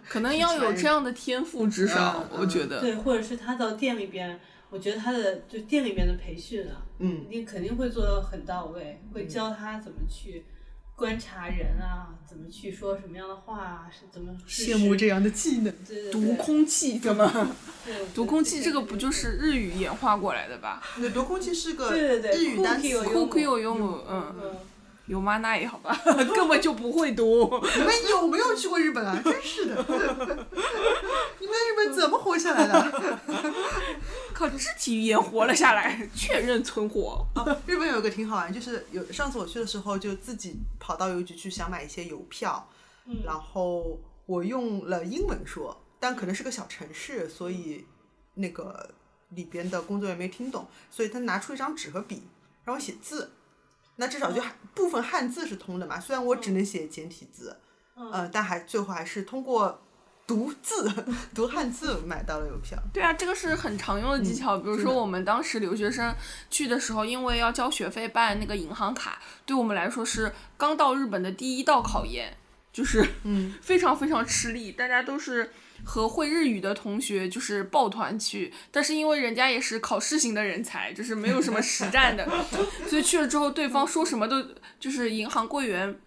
可能要有这样的天赋，至少嗯嗯我觉得，对，或者是他到店里边，我觉得他的就店里面的培训啊，嗯，你肯定会做的很到位，嗯会教他怎么去观察人啊，怎么去说什么样的话啊，是怎么羡慕这样的技能。对对读对空气怎么读空气这个不就是日语演化过来的吧？那读空气是个对对对日语单词，酷屁有库库有用母，嗯，嗯，有妈那也好 [LAUGHS] 吧，根本就不会读。你们有没有去过日本啊？真是的， [LAUGHS] 你们在日本怎么活下来的？靠肢体语言活了下来，确认存活。日本有一个挺好玩，就是有上次我去的时候，就自己跑到邮局去想买一些邮票，然后我用了英文说，但可能是个小城市，所以那个里边的工作人员没听懂，所以他拿出一张纸和笔让我写字。那至少就汉部分汉字是通的嘛，虽然我只能写简体字，呃，但还最后还是通过读字、 [LAUGHS] 读汉字买到了邮票。对啊，这个是很常嗯用的技巧。比如说，我们当时留学生去的时候，因为要交学费、办那个银行卡，对我们来说是刚到日本的第一道考验，就是嗯 [LAUGHS] 非常非常吃力。大家都是和会日语的同学就是抱团去，但是因为人家也是考试型的人才，就是没有什么实战的，所以去了之后，对方说什么都就是银行柜员。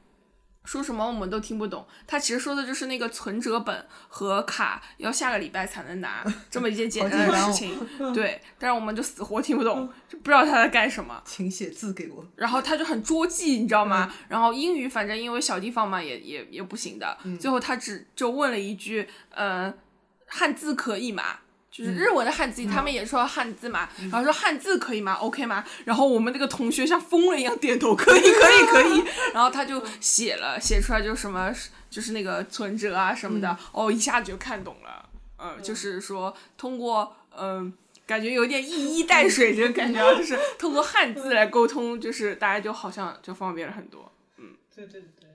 说什么我们都听不懂，他其实说的就是那个存折本和卡要下个礼拜才能拿这么一件简单的事情，对，但是我们就死活听不懂，就不知道他在干什么。请写字给我。然后他就很捉急，你知道吗？然后英语反正因为小地方嘛，也也也不行的。最后他只就问了一句，呃，汉字可以吗？就是日文的汉字，他们也说汉字嘛，然后说汉字可以吗？OK 吗？然后我们那个同学像疯了一样点头，可以，可以，可以。然后他就写了，写出来就什么，就是那个存折啊什么的，哦，一下子就看懂了。嗯、就是说通过嗯。感觉有点一衣带水这个感觉啊，就是通过汉字来沟通，就是大家就好像就方便了很多。对对对，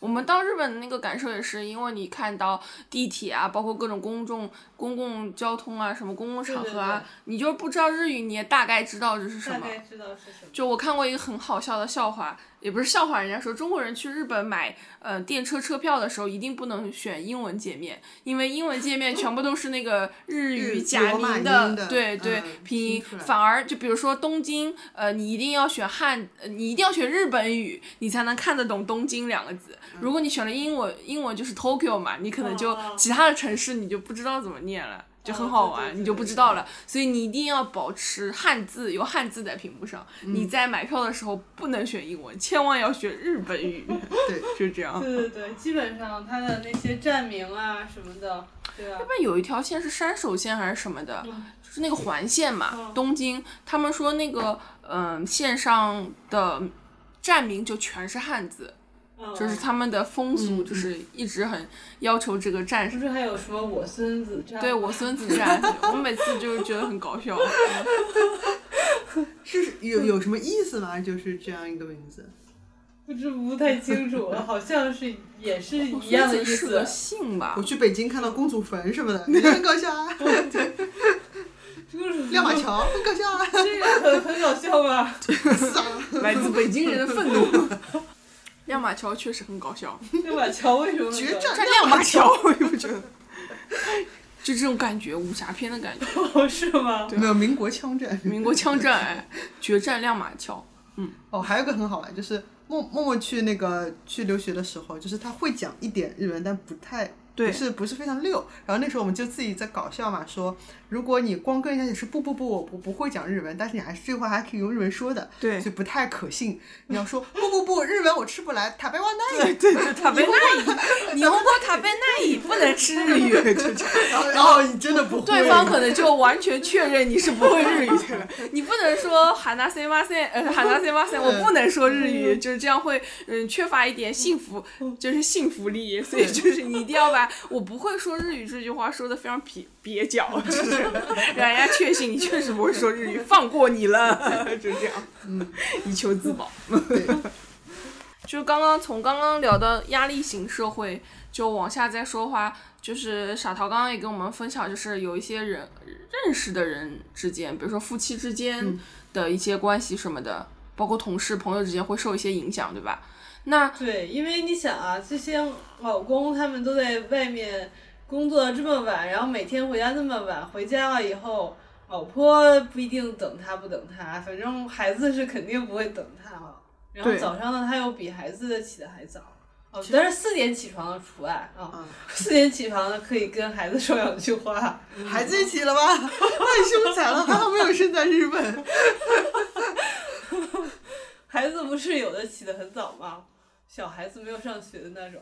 我们到日本的那个感受也是，因为你看到地铁啊，包括各种公众公共交通啊，什么公共场合啊，对对对你就不知道日语，你也大概知道这是什大么。概知道是什么。就我看过一个很好笑的笑话，也不是笑话，人家说中国人去日本买呃电车车票的时候，一定不能选英文界面，因为英文界面全部都是那个日语日假罗马名音的对对、嗯拼音拼出，来反而就比如说东京，呃，你一定要选汉，呃你一定要选日本语，你才能看得懂东京两个字。嗯如果你选了英文，英文就是 Tokyo 嘛，你可能就哦其他的城市你就不知道怎么念 [LAUGHS] 了。就很好玩，对对对你就不知道了。所以你一定要保持汉字，有汉字在屏幕上。你嗯在买票的时候不能选英文，千万要选日本语。对，就这样。对对对，基本上它的那些站名啊什么的，对吧日？本有一条线是山手线还是什么的，就是那个环线嘛，嗯东京。他们说那个嗯、线上的站名就全是汉字，嗯就是他们的风俗，就是一直很要求这个站不是啊还有什么我孙子站？对我孙子站，我每次就是觉得很搞笑。是有有什么意思吗？就是这样一个名字。不知不太清楚了，好像是也是我 [LAUGHS] 一样的孙意子是个思。姓吧我？去北京看到公主坟什么的， [LAUGHS] 也很搞笑啊。就是亮马桥 [LAUGHS] 很搞笑啊，这个很很搞笑吧？死啊！来 [LAUGHS] 自北京人的愤怒。 [LAUGHS] 亮马桥确实很搞 [LAUGHS] 笑，这把桥为什么决战但亮马桥我也不觉得，就这种感觉，武侠片的 [LAUGHS] 感觉。桥哦是吗？没有民国枪战。民国枪战，哎，决战亮马桥。哦，还有一个很好玩，就是默默默去那个去留学的时候，就是他会讲一点日文，但不太。对不是不是非常溜，然后那时候我们就自己在搞笑嘛，说如果你光跟人家解释不不不，我不不会讲日文，但是你还是这句话还可以用日文说的，对就不太可信。你要说不不不，日文我吃不来，塔贝万奈，对对对，塔贝奈伊，你用过塔贝奈伊不能吃日语，就这样然后然后你真的不会，对方可能就完全确认你是不会日语的了。你不能说喊那塞马塞， [LAUGHS] 呃，喊那塞马塞，我不能说日语，就是这样会，嗯，缺乏一点幸福，嗯就是幸福力。所以就是你一定要把我不会说日语这句话说的非常蹩蹩 [LAUGHS] 脚，就是让人家确信你确实不会说日语，放过你 [LAUGHS] 了，就这样，以求自保。嗯对 [LAUGHS] 就是刚刚从刚刚聊到压力型社会，就往下再说的话，就是傻桃刚刚也跟我们分享，就是有一些人认识的人之间，比如说夫妻之间的一些关系什么的，包括同事、朋友之间会受一些影响，对吧？那对，因为你想啊，这些老公他们都在外面工作这么晚，然后每天回家这么晚，回家了以后，老婆不一定等他不等他，反正孩子是肯定不会等他了。然后对早上呢，他又比孩子起得还早，哦，但是四点起床的除外啊嗯，四点起床的可以跟孩子说两句话。孩子一起了吧？ [LAUGHS] 太凶残了，还好没有生在日本。 [LAUGHS] 孩子不是有的起得很早吗？小孩子没有上学的那种。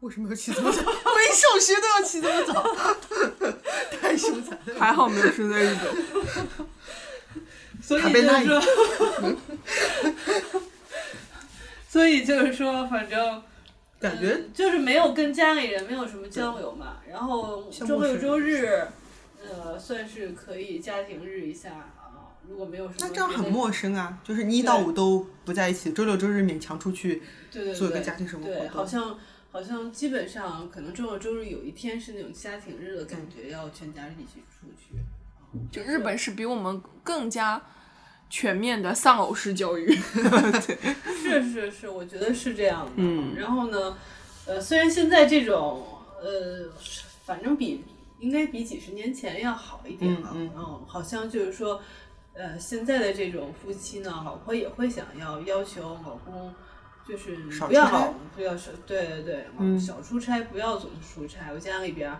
为什么要起这么早？没上学都要起这么早，太凶残了。还好没有生在日本。所以卡就贝纳是伊说， [LAUGHS] 所以就是说，反正感觉嗯就是没有跟家里人没有什么交流嘛。然后像周陌生人六周日，呃，算是可以家庭日一下啊。如果没有什么那这样别很的陌生啊，就是你一到五都不在一起，周六周日勉强出去。对对对，做一个家庭生活活对，动好像好像基本上可能周六周日有一天是那种家庭日的感觉，要全家一起出去。就日本是比我们更加全面的丧偶式教育。 [LAUGHS] 是是是，我觉得是这样的。嗯然后呢，呃，虽然现在这种呃，反正比应该比几十年前要好一点啊，嗯好像就是说，呃，现在的这种夫妻呢，老婆也会想要要求老公。就是你少不要出差老不要少，对对对，嗯少出差，不要总出差。我家里边儿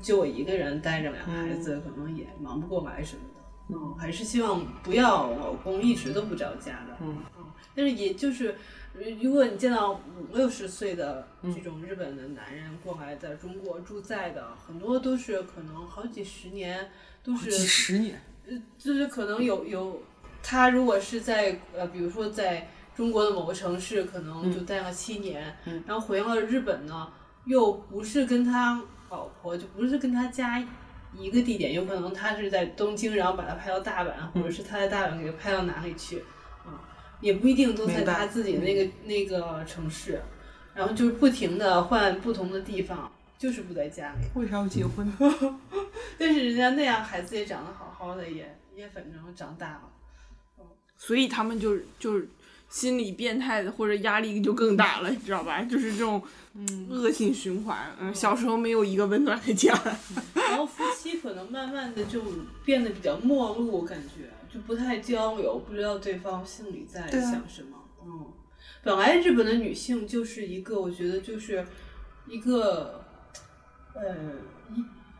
就我一个人带着俩孩嗯子，可能也忙不过来什么的。嗯，还是希望不要老公一直都不着家的。嗯但是也就是，呃如果你见到五六十岁的这种日本的男人过来在中国驻在的，很多都是可能好几十年，都是几十年，就是可能有有，他如果是在呃，比如说在中国的某个城市，可能就待了七年，嗯然后回到日本呢，又不是跟他老婆，就不是跟他家一个地点，有可能他是在东京，然后把他拍到大阪，或嗯者是他在大阪给拍到哪里去，啊，也不一定都在明白嗯他自己的那个那个城市，然后就是不停的换不同的地方，就是不在家里。为啥要结婚？但是人家那样，孩子也长得好好的，也也反正长大了。所以他们就就是心理变态的或者压力就更大了，你知道吧？就是这种恶性循环。嗯，小时候没有一个温暖的家， [LAUGHS] 然后夫妻可能慢慢的就变得比较陌路，感觉就不太交流，不知道对方心里在对啊想什么。嗯，本来日本的女性就是一个，我觉得就是一个，呃，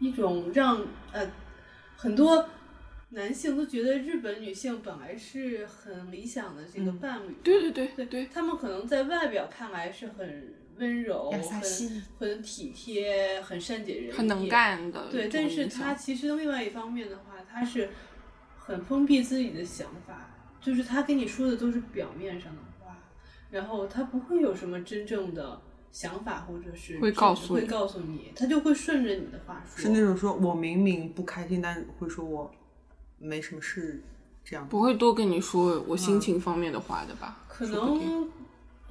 一一种让呃很多男性都觉得日本女性本来是很理想的这个嗯伴侣。对对对对对，他们可能在外表看来是很温柔、亚萨很西很体贴、很善解人意、很能。干的。对，但是他其实另外一方面的话，他是很封闭自己的想法，就是他跟你说的都是表面上的话，然后他不会有什么真正的想法，或者是会告诉你会告诉你，他就会顺着你的话说。是那种说我明明不开心，但是会说我没什么事这样。不会多跟你说我心情方面的话的吧？可说不定能，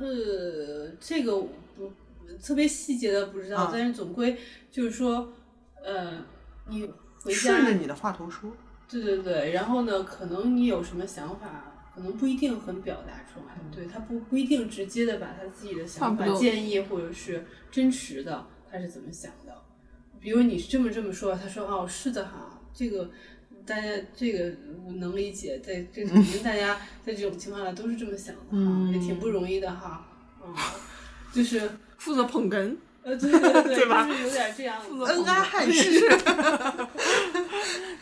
呃，这个我不特别细节的不知道，啊但是总归就是说，呃，你回顺着家，你的话头说，对对对，然后呢，可能你有什么想法，可能不一定很表达出来，对他不不一定直接的把他自己的差想嗯不法、多建议或者是真实的他是怎么想的，比如你是这么这么说，他说哦是的哈，这个大家这个我能理解，在这 [LAUGHS] 肯定大家在这种情况下都是这么想的哈，嗯也挺不容易的哈， [LAUGHS] 嗯，就是负责捧哏，呃对对 [LAUGHS] 对，对吧就是有点这样子，恩爱汉室。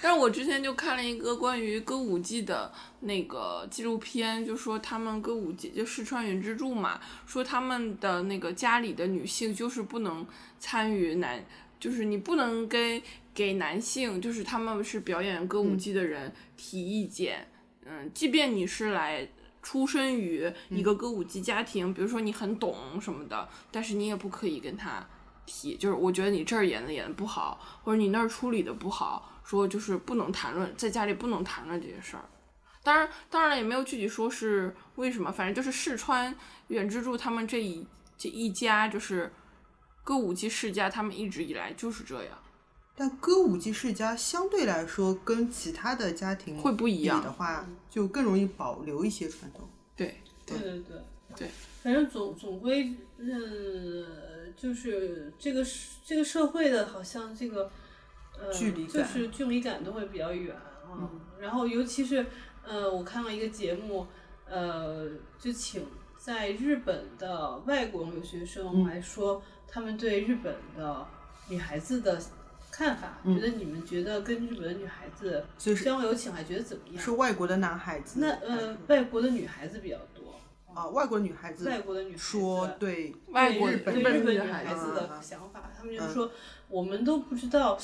但是我之前就看了一个关于歌舞伎的那个纪录片，就说他们歌舞伎就石川原之助嘛，说他们的那个家里的女性就是不能参与男，就是你不能跟给男性，就是他们是表演歌舞伎的人提意见，嗯，即便你是来。出生于一个歌舞伎家庭，比如说你很懂什么的，但是你也不可以跟他提，就是我觉得你这儿演的演的不好，或者你那儿处理的不好，说就是不能谈论，在家里不能谈论这些事儿。当然，当然了，也没有具体说是为什么，反正就是世川远之助他们这一这一家就是歌舞伎世家，他们一直以来就是这样，但歌舞伎世家相对来说跟其他的家庭会不一样比的话，就更容易保留一些传统。对，对对对对，反正总总归，嗯，就是这个社这个社会的，好像这个呃，距离就感嗯是距离感都会比较远啊。然后尤其是呃，我看了一个节目，呃，就请在日本的外国留学嗯生来说，他们对日本的女孩子的看法，觉得你们觉得跟日本的女孩子嗯就是交流起来觉得怎么样？是外国的男孩子，那呃，外国的女孩子比较多，啊，外国女孩子嗯外国的女孩子说对外国日对日本对本日本女女孩孩子子啊嗯的想法，他们就是说，我们都不知道，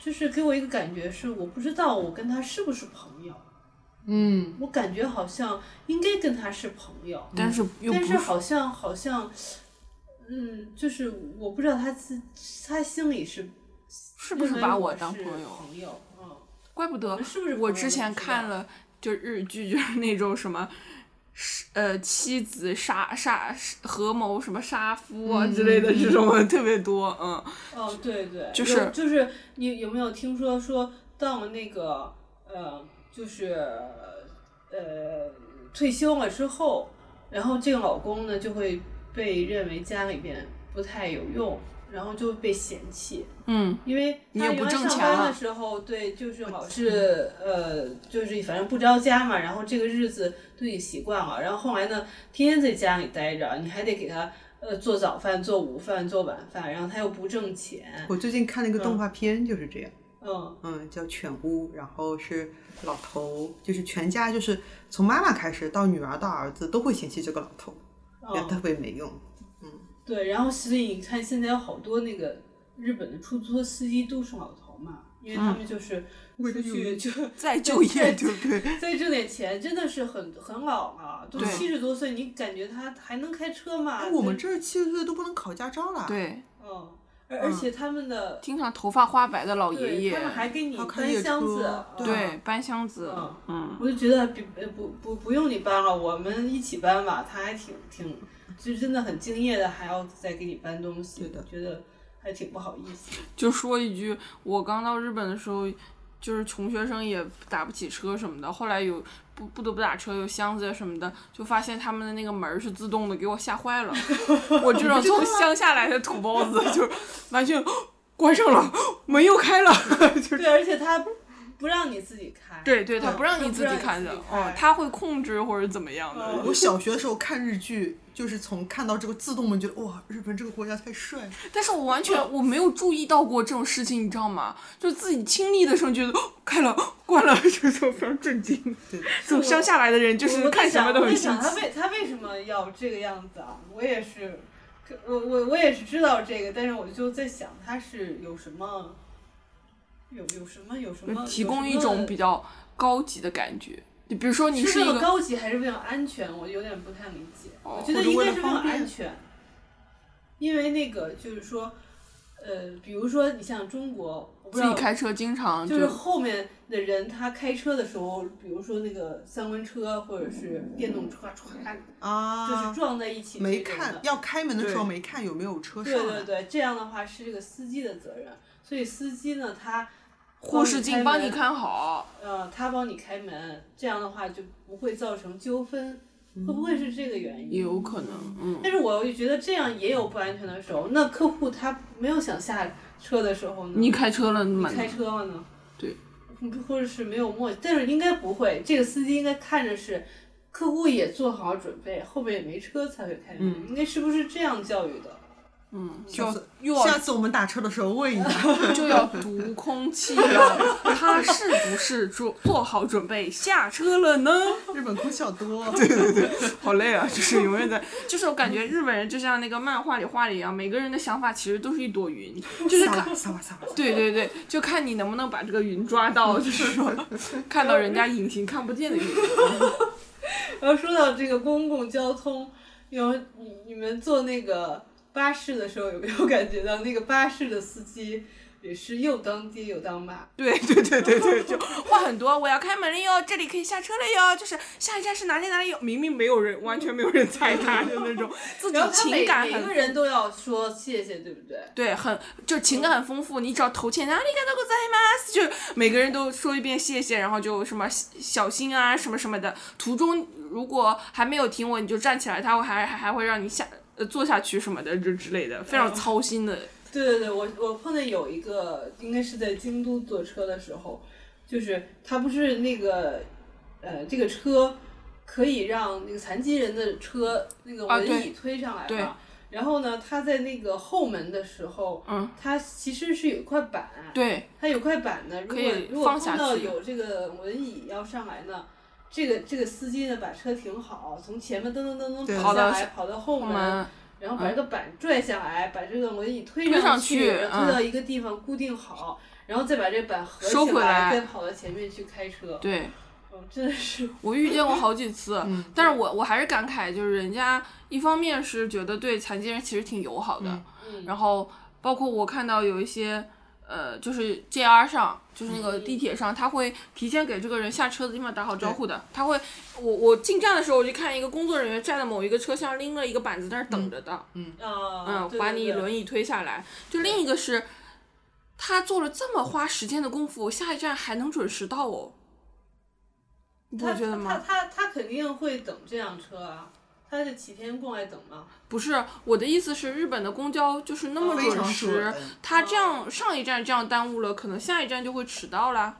就是给我一个感觉是，我不知道我跟他是不是朋友，嗯，我感觉好像应该跟他是朋友，但是又不但是好像好像，嗯，就是我不知道他自他心里是是不认是为把我当是朋友？朋友，嗯，怪不我得们是不是我朋友之前不知道看了就日剧，就是那种什么。是呃，妻子杀杀合谋什么杀夫啊嗯之类的这种的特别多，嗯，哦，对对，就有是就是你有没有听说说到了那个呃，就是呃退休了之后，然后这个老公呢就会被认为家里边不太有用，然后就被嫌弃， [LAUGHS] 嗯，因为你他也不原来挣上钱班了的时候，对，就是老是呃，就是反正不着家嘛，然后这个日子都已经习惯了，然后后来呢，天天在家里待着，你还得给他呃做早饭、做午饭、做晚饭，然后他又不挣钱，我最近看了一个动画片，就是这样，嗯，嗯，叫《犬屋》，然后是老头，就是全家，就是从妈妈开始到女儿到儿子都会嫌弃这个老头，觉得嗯特别没用。对，然后所以你看现在有好多那个日本的出租车司机都是老头嘛，因为他嗯们就是出去就 [LAUGHS] 再就业对不对？再挣点钱，真的是很很老了，都对哎七十多岁，你感觉他还能开车吗？我们就这儿七十岁都不能考驾照 [LAUGHS] 了，，对，嗯，而而且他们的、经常头发花白的老对爷爷他，们还给你还开搬夜箱车子，对对，搬箱子，嗯嗯，我就觉得比呃不不不用你搬了，我们一起搬吧。他还挺挺，就真的很敬业的，还要再给你搬东西，对的觉得还挺不好意思。就说一句，我刚到日本的时候，就是穷学生也打不起车什么的，后来有不不得不打车，有箱子什么的，就发现他们的那个门儿是自动的，给我吓 [LAUGHS] 坏了。我这种从乡下来的土包子，就完全 [GASPS] 关上了，门又开了，就是。 [LAUGHS] 对，而且他不让你自己开， [LAUGHS] 对对，他嗯不让他你不自己让你看自的己，哦开，他会控制或者怎么样的。嗯我小学的时候看日剧，就是从看到这个自动门，觉得哇，日本这个国家太帅。但是我完嗯全我没有注意到过这种事情，你知道吗？就自己亲历的时候觉得哦开了关了， [LAUGHS] 就是我非常震惊。对，这种乡下来的人就我是我看在什想，么都我在很新想他奇。为他为什么要这个样子啊？我也是，可我我我也是知道这个，但是我就在想他是有什么，有有什么有什么提供一种比较高级的感觉，就比如说你是是为一了个，高级还是为了安全？我有点不太理解。哦我觉得或者应为该了是为了方便安全，因为那个就是说，呃，比如说你像中国，我不自知己道，开车经常就是后面的人他开车的时候，比如说那个三轮车或者是电动车，歘啊， [LAUGHS] 就是撞在一起没这种看的，要开门的时候对没看有没有车上对来。对对，这样的话是这个司机的责任。所以司机呢，他护士镜帮你开门看好，呃，他帮你开门，这样的话就不会造成纠纷，会不会是这个原因？也有可能，嗯，但是我又觉得这样也有不安全的时候。那客户他没有想下车的时候呢？你开车了你嘛？开车了呢？嗯对，或者是没有默契，但是应该不会。这个司机应该看着是客户也做好准备，后面也没车才会开门，应该是不是这样教育的？嗯，就下要次又要下次我们打车的时候问一下。 [LAUGHS] 就要读空气了， [LAUGHS] 他是不是做做好准备下车了呢？日本空小 [LAUGHS] 多， [LAUGHS] 好累啊，就是永远在， [LAUGHS] 就是我感觉日本人就像那个漫画里画的一样，每个人的想法其实都是一朵云，就是撒看。吧撒吧撒吧。对对对，就看你能不能把这个云抓到，就是 [LAUGHS] 说看到人家隐形看不见的云。 [LAUGHS] 然后说到这个公共交通，有你你们坐那个巴士的时候，有没有感觉到那个巴士的司机也是又当爹又当妈？对对对对对，就 [LAUGHS] 话很多。我要开门了哟，这里可以下车了哟，就是下一站是哪里哪里有，明明没有人，完全没有人 [LAUGHS] 睬他的那种，自己然后他每情感每个很。人都要说谢谢，对不对？对，很就情感很丰富。你只要投钱，哪里干到过在吗？ [LAUGHS] 就是每个人都说一遍谢谢，然后就什么小心啊，什么什么的。途中如果还没有停稳，你就站起来，他会还还还会让你下呃坐下去什么的，就之类的，非常操心的。对对对，我我碰见有一个，应该是在京都坐车的时候，就是他不是那个，呃，这个车可以让那个残疾人的车那个啊轮对椅推上来对嘛。然后呢，他在那个后门的时候，嗯，他其实是有一块板，对，它有块板呢，如可果以如果放下碰到去有这个轮椅要上来呢，这个这个司机呢把车停好，从前面噔噔噔对噔跑下跑来，到跑到后我门，们然后把这个板拽下来，把这个轮椅推啊推上去，去然后推嗯到一个地方固定好，然后再把这个板合收起回来再跑到前面去开车。对。嗯，真的是，我遇见过好几次，但是我我还是感慨，就是人家一方面是觉得对残疾人其实挺友好的，嗯，然后包括我看到有一些呃，就是 JR 上，就是那嗯个地铁上，他会提前给这个人下车的地方打好招呼的。他会，我我进站的时候，我就看一个工作人员站在某一个车厢，拎了一个板子在那儿等着的，啊，嗯，对把对你对轮椅推下来。就另一个是，他做了这么花时间的功夫，下一站还能准时到哦，你不他觉得吗？他他他肯定会等这辆车啊，他是起天过来等嘛。不是，我的意思是，日本的公交就是那么非常准时准，嗯他这样上一站这样耽误了，可能下一站就会迟到啦。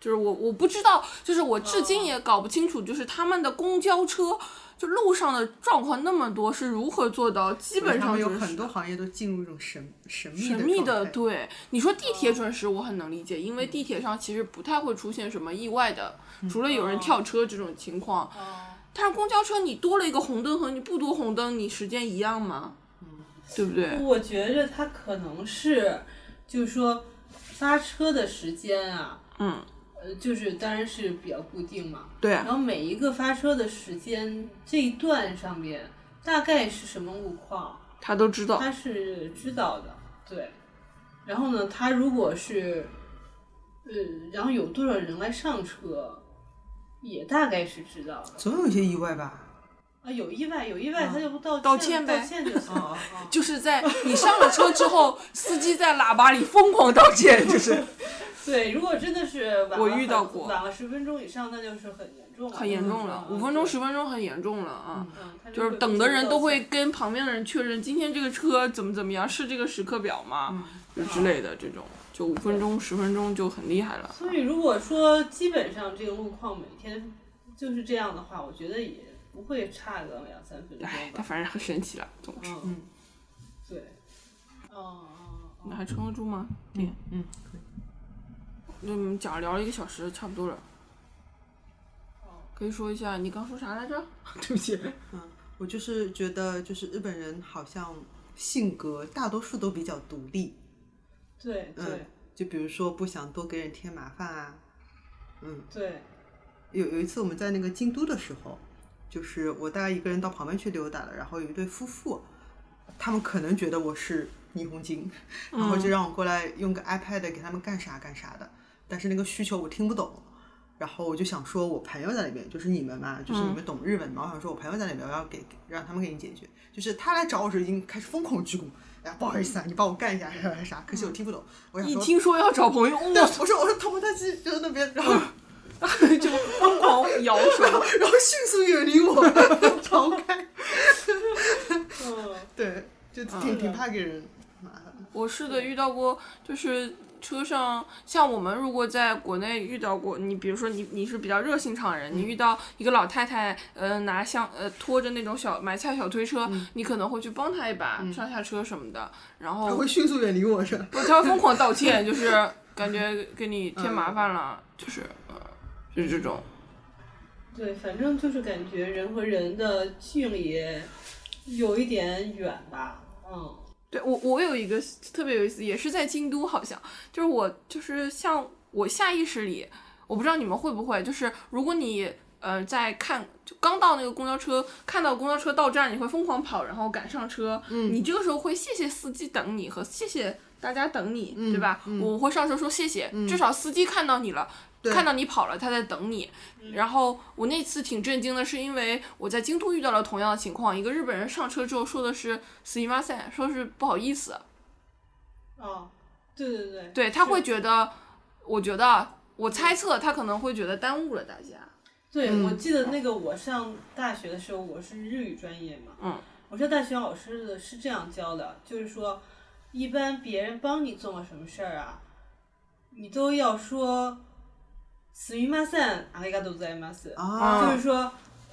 就是我我不知道，就是我至嗯今也搞不清楚，就是他们的公交车就路上的状况那么多，是如何做到基本他上们有准很时。多行业都进入一种神神秘神的秘的，状态，嗯对你说地铁准时，我很能理解，因为地铁上其实不太会出现什么意外的，嗯除了有哦人跳车这种情况。但是公交车你多了一个红灯和你不多红灯，你时间一样吗？嗯对不对？我觉着他可能是，就是说发车的时间啊，嗯，呃，就是当然是比较固定嘛。对然后每一个发车的时间这一段上面大概是什么路况，他都知道。他是知道的，对。然后呢，他如果是，呃，然后有多少人来上车，也大概是知道的。总有一些意外吧？啊，有意外，有意外，他就不道道歉歉呗哦道歉就行了。啊就是在你上了车之后，司机在喇叭里疯狂道歉，嗯就是对，如果真的是晚了我遇到很过晚了十分钟以上，那就是很严重了，很严重了，五分钟、十分，分钟很严重了啊。嗯他就是会等不的停地人道都会歉跟旁边的人确认，今天这个车怎么怎么样，是这个时刻表嗯吗？就之类的这种，就五分钟、十分钟就很厉害了。所以如果说基本上这个路况每天就是这样的话，我觉得也不会差个两三分哎钟，但吧。反正很神奇了，总之，嗯，对，哦哦那哦，还撑得住吗？嗯嗯，那我们讲聊了一个小时，差不多了。哦可以说一下你刚说啥来 [LAUGHS] 着？对不起。我就是觉得，就是日本人好像性格大多数都比较独立，对对嗯，就比如说不想多给人添麻烦啊，嗯对，有有一次我们在那个京都的时候，就是我带一个人到旁边去溜达了，然后有一对夫妇，他们可能觉得我是霓虹精，然后就让我过来用个 iPad 给他们干啥干啥的，但是那个需求我听不懂。然后我就想说，我朋友在里面，就是你们嘛，就是你们懂日文嘛。我想说，我朋友在里面，我要给让他们给你解决。就是他来找我时已经开始疯狂鞠躬，哎呀，不好意思啊，你帮我干一下啥啥啥。可是我听不懂，我想一说，听说要找朋友， [LAUGHS] 对，哇，我说我说头发他去就是那边，然后就疯狂摇手。 [LAUGHS] 然后迅速远离 [LAUGHS] 我，逃开。嗯，对，就挺挺怕给人麻烦。我是的，遇到过，就是车上，像我们如果在国内遇到过，你比如说你你是比较热心肠的人，你遇到一个老太太，呃，拿箱呃拖着那种小买菜小推车，你可能会去帮她一把，上下车什么的，然他后会迅速远离我是吧？不，她会疯狂道歉，就是 [LAUGHS] 感觉给你添麻烦了，就是呃，就是这种。对，反正就是感觉人和人的距离有一点远吧，嗯。对我，我有一个特别有意思，也是在京都，好像就是我就是像我下意识里，我不知道你们会不会，就是如果你呃在看就刚到那个公交车，看到公交车到站，你会疯狂跑，然后赶上车，嗯，你这个时候会谢谢司机等你和谢谢大家等你，对吧？我会上车说谢谢，至少司机看到你了。看到你跑了，他在等你。然后我那次挺震惊的，是因为我在京都遇到了同样的情况，一个日本人上车之后说的是 s i m a s e n 说是不好意思，哦，对对对，对他是会觉得，我觉得啊我猜测他可能会觉得耽误了大家。对，嗯我记得那个我上大学的时候，我是日语专业嘛，嗯，我上大学老师的是这样教的，就是说，一般别人帮你做了什么事儿啊，你都要说，すみません、ありがとうございます，啊就是说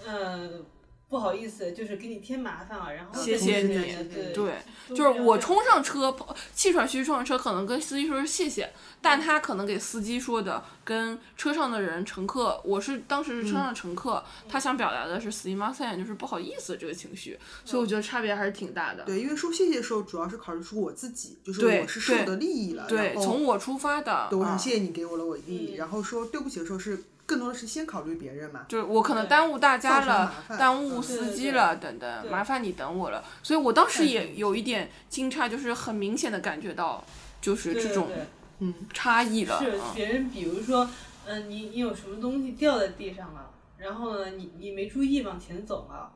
嗯、不好意思，就是给你添麻烦了，然后谢谢对你对对对，都就是这样我的冲上车，跑气喘吁吁冲上车，可能跟司机说是谢谢，但他可能给司机说的跟车上的人乘客，我是当时是嗯车上的乘客，他想表达的是 s i m a s e n 就是不好意思这个情绪，所以我觉得差别还是挺大的。对，因为说谢谢的时候，主要是考虑出我自己，就是对我是受对的利益了，对，然后从我出发的，对，我啊想谢谢你给我了我的利益。嗯然后说对不起的时候是更多的是先考虑别人嘛，就是我可能耽误大家造成麻了，烦耽误嗯司对机对了，等等，对麻烦你等我了。所以我当时对也有一点惊诧，就是很明显的感觉到，就是对这对种对嗯，差异了。是嗯别人，比如说，嗯、你你有什么东西掉在地上了，然后呢，你你没注意往前走了，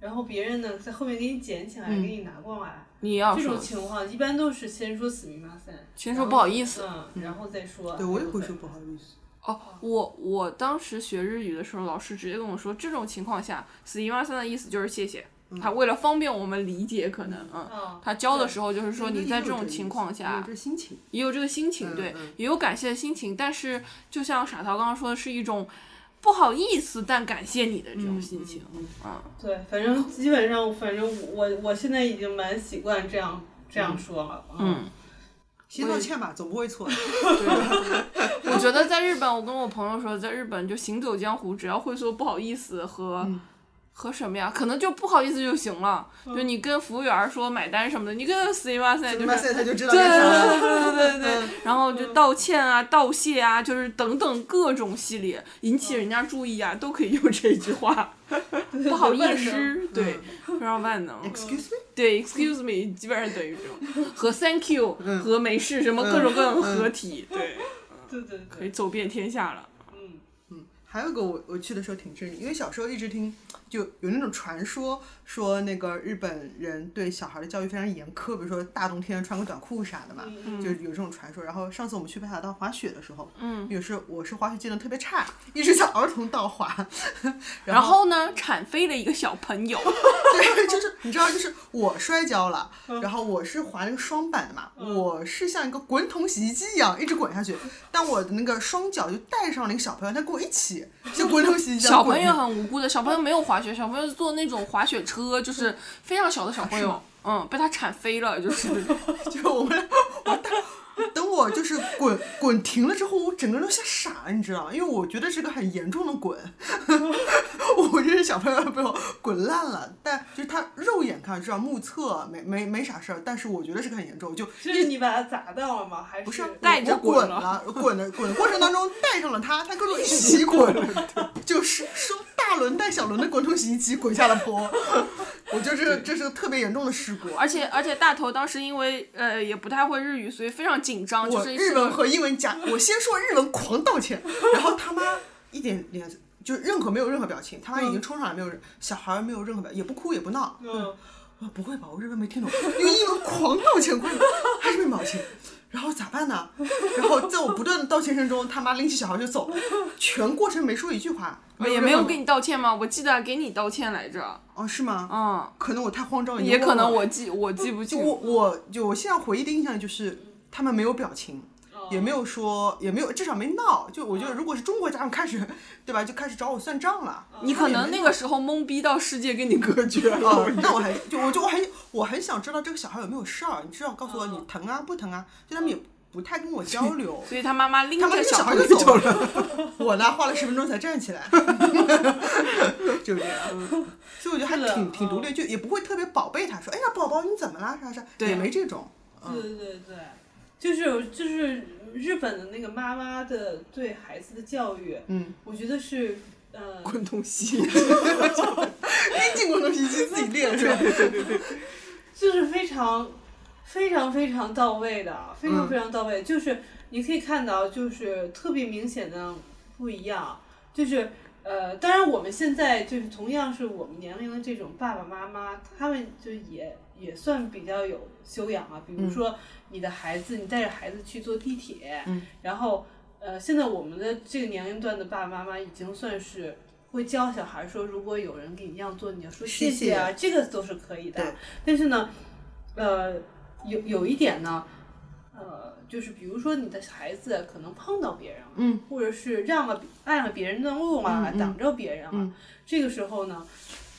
然后别人呢在后面给你捡起来，嗯给你拿过来，你也要这种说，情况一般都是先说死命马赛，先然说后不好意思。嗯，然后再说。对我也会再说不好意思，哦，我我当时学日语的时候，老师直接跟我说，这种情况下，死一万三的意思就是谢谢。他为了方便我们理解，可能嗯，嗯，他教的时候就是说对你也在有这种意情思况也下有这心情，也有这个心情，嗯对嗯，也有感谢的心情，但是就像傻桃刚刚说的，是一种不好意思但感谢你的这种心情嗯啊。对，反正基本上，反正我我现在已经蛮习惯这样这样说了。嗯，先道歉吧，总不会 [LAUGHS] 错的。我觉得在日本，我跟我朋友说，在日本就行走江湖，只要会说不好意思和、嗯和什么呀，可能就不好意思就行了。就你跟服务员说买单什么的，你跟死一万塞就你们是。现在他就知道对干啥对了。嗯对对对对，然后就道歉啊、道谢啊，就是等等各种系列引起人家注意啊，都可以用这句话。嗯不好意万思能，对，非常万 [LAUGHS] 能。 Excuse me，对，excuse me，基本上等于这种和 thank you 嗯和没事什么各种各样的合体，对，对对可对，以走遍天下了。嗯，还有一个我我去的时候挺震惊，因为小时候一直听就有那种传说，说那个日本人对小孩的教育非常严苛，比如说大冬天穿个短裤啥的嘛，就有这种传说。然后上次我们去北海道滑雪的时候，嗯，也是我是滑雪技能特别差，一直在儿童道滑， [LAUGHS] 然后呢，铲飞了一个小朋友，对，就是你知道，就是我摔跤了，然后我是滑那个双板的嘛，我是像一个滚筒洗衣机一样一直滚下去，但我的那个双脚就带上了那个小朋友，他跟我一起就滚筒洗衣机一小样滚朋下去。友很无辜的，小朋友没有滑雪，小朋友坐那种滑雪车，就是非常小的小朋友，嗯，被他铲飞 [LAUGHS] 了，就是就我们俩，我当等我就是滚滚停了之后，我整个人都吓傻了，你知道吗？因为我觉得是个很严重的滚， [LAUGHS] 我觉得小朋友被我滚烂了。但就是他肉眼看知道目测没没没啥事儿，但是我觉得是个很严重，就就是你把它砸到了吗？还不是啊是带着我滚滚了了，滚的滚的过程当中带上了他，他 [LAUGHS] 跟着我一起滚，就是说大轮带小轮的滚筒洗衣机滚下了坡， [LAUGHS] 我觉得这个这是个特别严重的事故。而且而且大头当时因为呃也不太会日语，所以非常紧张，就我是日是文个和英文夹，我先说日文狂道 [LAUGHS] 歉，然后他妈一点脸就任何没有任何表情，他妈嗯已经冲上来没有人，小孩儿没有任何表，也不哭也不闹。嗯，我不会吧，我日文没听懂，用英文狂道歉，快点还是没毛钱。然后咋办呢？然后在我不断的道歉声中，他妈拎起小孩就走，全过程没说一句话，哦也没有任何给你道歉吗？我记得给你道歉来着，哦是吗？嗯，可能我太慌张了，也可能我我记我记不就清我我就我现在回忆的印象就是他们没有表情，哦也没有说，也没有，至少没闹。就我觉得，如果是中国家长开始，对吧，就开始找我算账了。哦你可能那个时候懵逼到世界跟你隔绝了。哦， [LAUGHS] 那我还就我就我很我很想知道这个小孩有没有事儿，你至少告诉哦我你疼啊不疼啊。就他们也不太跟我交流，所以他妈妈拎他们着 [LAUGHS] 那个小小朋孩友就走了。 [LAUGHS] 我呢，花了十分钟才站起来， [LAUGHS] 就是这样。所以我觉得还是的挺挺独嗯立，就也不会特别宝贝他，说哎呀宝宝你怎么啦啥啥，对也没这种。嗯对对对对，就是就是日本的那个妈妈的对孩子的教育，嗯，我觉得是呃，滚筒洗衣机，拎进滚筒洗衣机自己练是吧？就是非常非常非常到位的，非常非常到位。就是你可以看到，就是特别明显的不一样，就是。呃，当然，我们现在就是同样是我们年龄的这种爸爸妈妈，他们就也也算比较有修养啊。比如说，你的孩子，你带着孩子去坐地铁，然后呃，现在我们的这个年龄段的爸爸妈妈已经算是会教小孩说，如果有人给你让座，你要说谢谢谢谢啊，这个都是可以的对。但是呢，呃，有有一点呢，呃，就是比如说你的孩子可能碰到别人了，嗯，或者是让了按了别人的路啊，嗯嗯挡着别人啊，嗯这个时候呢，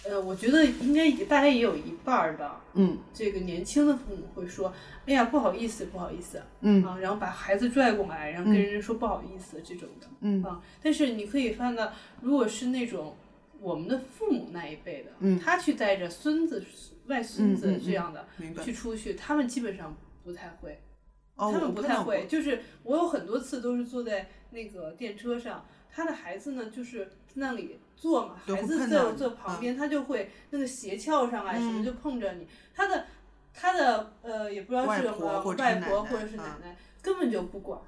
呃，我觉得应该也大概也有一半儿的嗯这个年轻的父母会说，哎呀，不好意思，不好意思，嗯啊，然后把孩子拽过来，然后跟人家说不好意思、这种的，嗯啊，但是你可以看到，如果是那种我们的父母那一辈的，嗯他去带着孙子、外孙嗯子嗯嗯这样的、明白去出去，他们基本上不太会，哦，他我们不碰太到过会，就是我有很多次都是坐在那个电车上，他的孩子呢就是在那里坐嘛，就会孩子碰到坐你坐旁边，他就会那个斜翘上啊什么嗯就碰着你，他的他的呃也不知道是外什婆么或者是外奶婆奶或者是奶啊奶根本就不管，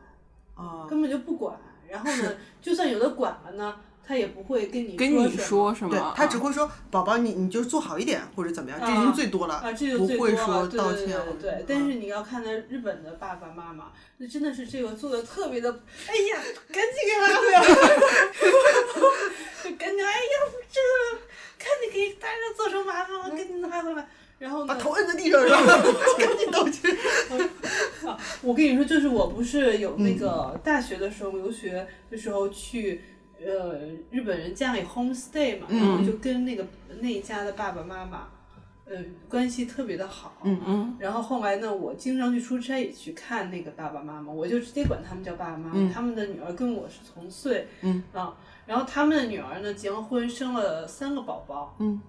啊，根本就不管，然后 [LAUGHS] 呢是就算有的管了呢，他也不会跟你跟你什么说什么对啊？他只会说宝宝你你就做好一点或者怎么样，这已啊经最多了，啊，这就不最会多说了，对道对对歉嗯对或者对什。但么是你要看他日本的爸爸妈妈，那真的是这个做的特别的，哎呀，赶紧给他回来，就 [LAUGHS] 赶紧，哎呀，这个看你给大家造成麻烦了，赶紧拿回来。然后把呢，头摁在地上，然后赶紧道歉。 [LAUGHS] 啊我跟你说，就是我不是有嗯那个大学的时候留学的时候去，呃，日本人家里 homestay 嘛，然嗯后就跟那个那一家的爸爸妈妈，呃，关系特别的好。嗯嗯。然后后来呢，我经常去出差也去看那个爸爸妈妈，我就直接管他们叫爸爸妈妈。嗯他们的女儿跟我是同岁。嗯。啊，然后他们的女儿呢，结了婚，生了三个宝宝。嗯。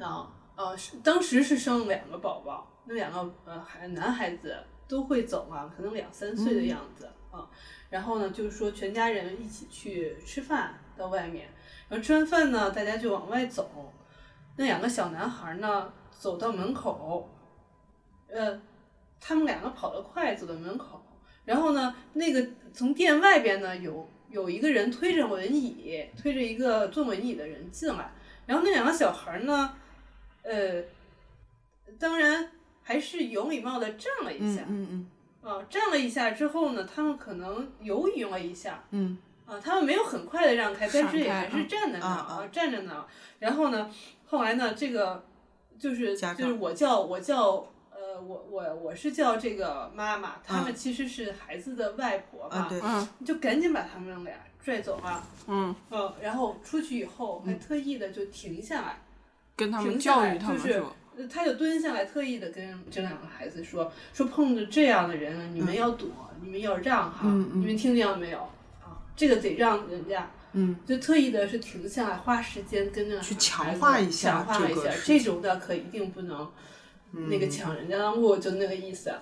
啊呃，是当时是生了两个宝宝，那两个呃孩男孩子都会走嘛，可能两三岁的样子、嗯啊。然后呢，就是说全家人一起去吃饭，到外面，然后吃完饭呢，大家就往外走。那两个小男孩呢，走到门口，呃，他们两个跑得快，走到门口，然后呢，那个从店外边呢有有一个人推着轮椅，推着一个坐轮椅的人进来，然后那两个小孩呢，呃，当然还是有礼貌的站了一嗯下，嗯嗯啊，站了一下之后呢，他们可能犹豫了一下，嗯，啊，他们没有很快的让开，但闪是也开还是啊站在那儿啊啊站着呢。然后呢，后来呢，这个就是家就是长我叫我叫呃，我我我是叫这个妈妈，他们嗯其实是孩子的外婆嘛，啊对，嗯就赶紧把他们俩拽走啊，嗯，嗯，然后出去以后嗯还特意的就停下来。跟他们停下教来育他们就是说，呃他就蹲下来，特意的跟这两个孩子说：“说碰着这样的人，你们要躲，你们要让哈，嗯嗯你们听见了没有啊？这个得让人家，嗯，就特意的是停下来，花时间跟着去强化一下强化一这个下嗯这种的，可一定不能、那个抢人家的路，就那个意思。啊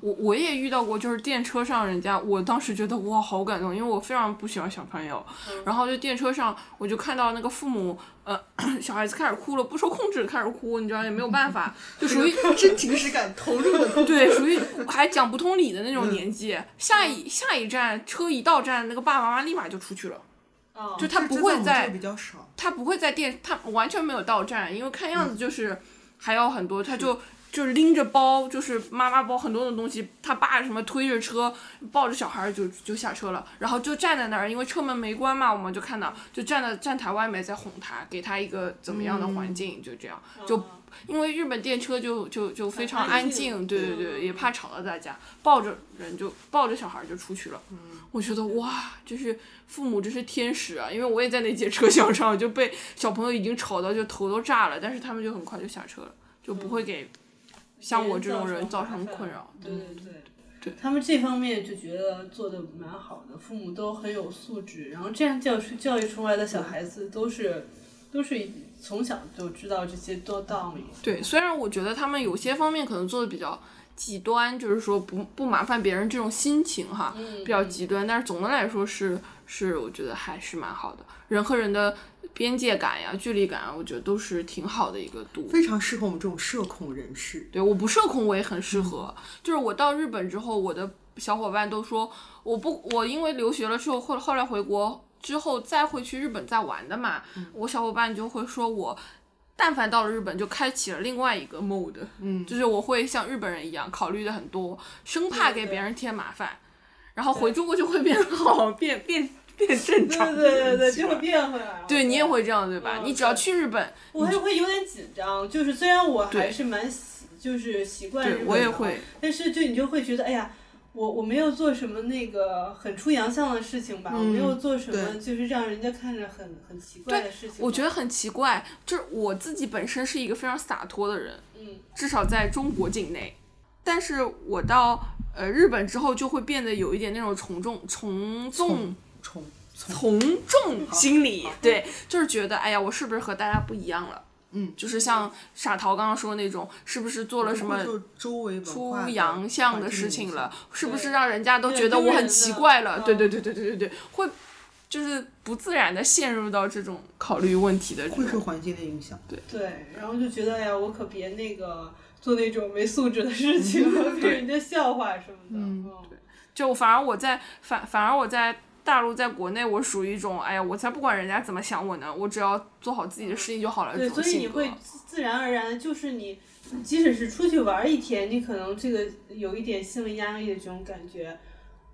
我我也遇到过，就是电车上人家，我当时觉得哇好感动，因为我非常不喜欢小朋友，嗯然后就电车上我就看到那个父母，呃， [CLEARS THROAT] 小孩子开始哭了，不受控制地开始哭，你知道也没有办法，嗯 [LAUGHS] 就属于真情实感投入的，对，属于还讲不通理的那嗯种年纪。下一下一站车一到站，那个爸爸妈妈立马就出去了，啊，就他不哦这在我会们这在儿比较少。他不会在电，他完全没有到站，因为看样子就是还有很多，他就就是拎着包，就是妈妈包很多的东西，他爸什么推着车抱着小孩儿就就下车了，然后就站在那儿，因为车门没关嘛，我们就看到就站在站台外面在哄他，给他一个怎么样的环境，就这样，就啊因为日本电车就就就非常很安安静静，对对对，也怕吵到大家，抱着人就抱着小孩就出去了。我觉得哇，就是父母真是天使啊！因为我也在那节车厢上就被小朋友已经吵到就头都炸了，但是他们就很快就下车了，就不会给像我这种人造成困扰。嗯对对对。对他们这方面就觉得做的蛮好的，父母都很有素质，然后这样教出教育出来的小孩子都是，都是从小就知道这些多道理。对，虽然我觉得他们有些方面可能做的比较极端，就是说不不麻烦别人这种心情哈，嗯比较极端，但是总的来说是是我觉得还是蛮好的，人和人的边界感呀、距离感啊，我觉得都是挺好的一个度。非常适合我们这种社恐人士。对，我不社恐，我也很嗯适合。就是我到日本之后，我的小伙伴都说，我不，我因为留学了之后，后后来回国之后再会去日本再玩的嘛，嗯我小伙伴就会说我。但凡到了日本，就开启了另外一个 mode，嗯，就是我会像日本人一样考虑的很多，生怕对给对 [LAUGHS] 别人添麻烦，然后回中国就会变好，变变变正常对的对对人对，去就会了。变回来了。对你也会这样对吧？嗯你只要对去日本，我还会有点紧张，就是虽然我还对是蛮习，就是习惯日对本我也的会，但是就你就会觉得，哎呀，我我没有做什么那个很出洋相的事情吧，我没嗯有做什么对就是让人家看着很很奇怪的事情吧。我觉得很奇怪，就是我自己本身是一个非常洒脱的人，嗯，至少在中国境内。但是我到呃日本之后，就会变得有一点那种从众、从众、冲从众心理，对，就是觉得哎呀，我是不是和大家不一样了？嗯就是像傻桃刚刚说的那种，是不是做了什么就周围文化出的洋相的环境事影情响了，是不对是让人家都对觉得丢我人很奇了怪了？对嗯对对对对对对，会就是不自然的陷入到这种考虑问题的这会受种。环境的影响。对，然后就觉得，哎呀，我可别那个做那种没素质的事情了，嗯 [LAUGHS] 被人家笑话什么的。嗯，就反而我在反反而我在大陆在国内，我属于一种哎呀，我才不管人家怎么想我呢，我只要做好自己的事情就好了。对，这种所以你性格会啊自自然而然，就是你即使是出去玩一天，你可能这个有一点心理压力的这种感觉，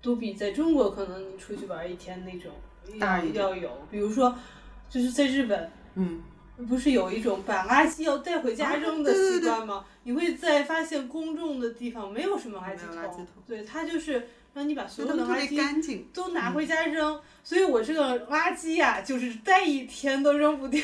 都比在中国可能你出去玩一天那种大要一点要有。比如说，就是在日本，嗯，不是有一种把垃圾要带回家啊扔的对对习对惯吗？你会在发现公众的地方没有什么垃圾没有桶，垃圾桶对，它就是让你把所所以有他的们特垃别圾干净。嗯都拿回家扔。所以我这个垃圾呀、就是待一天都扔不掉，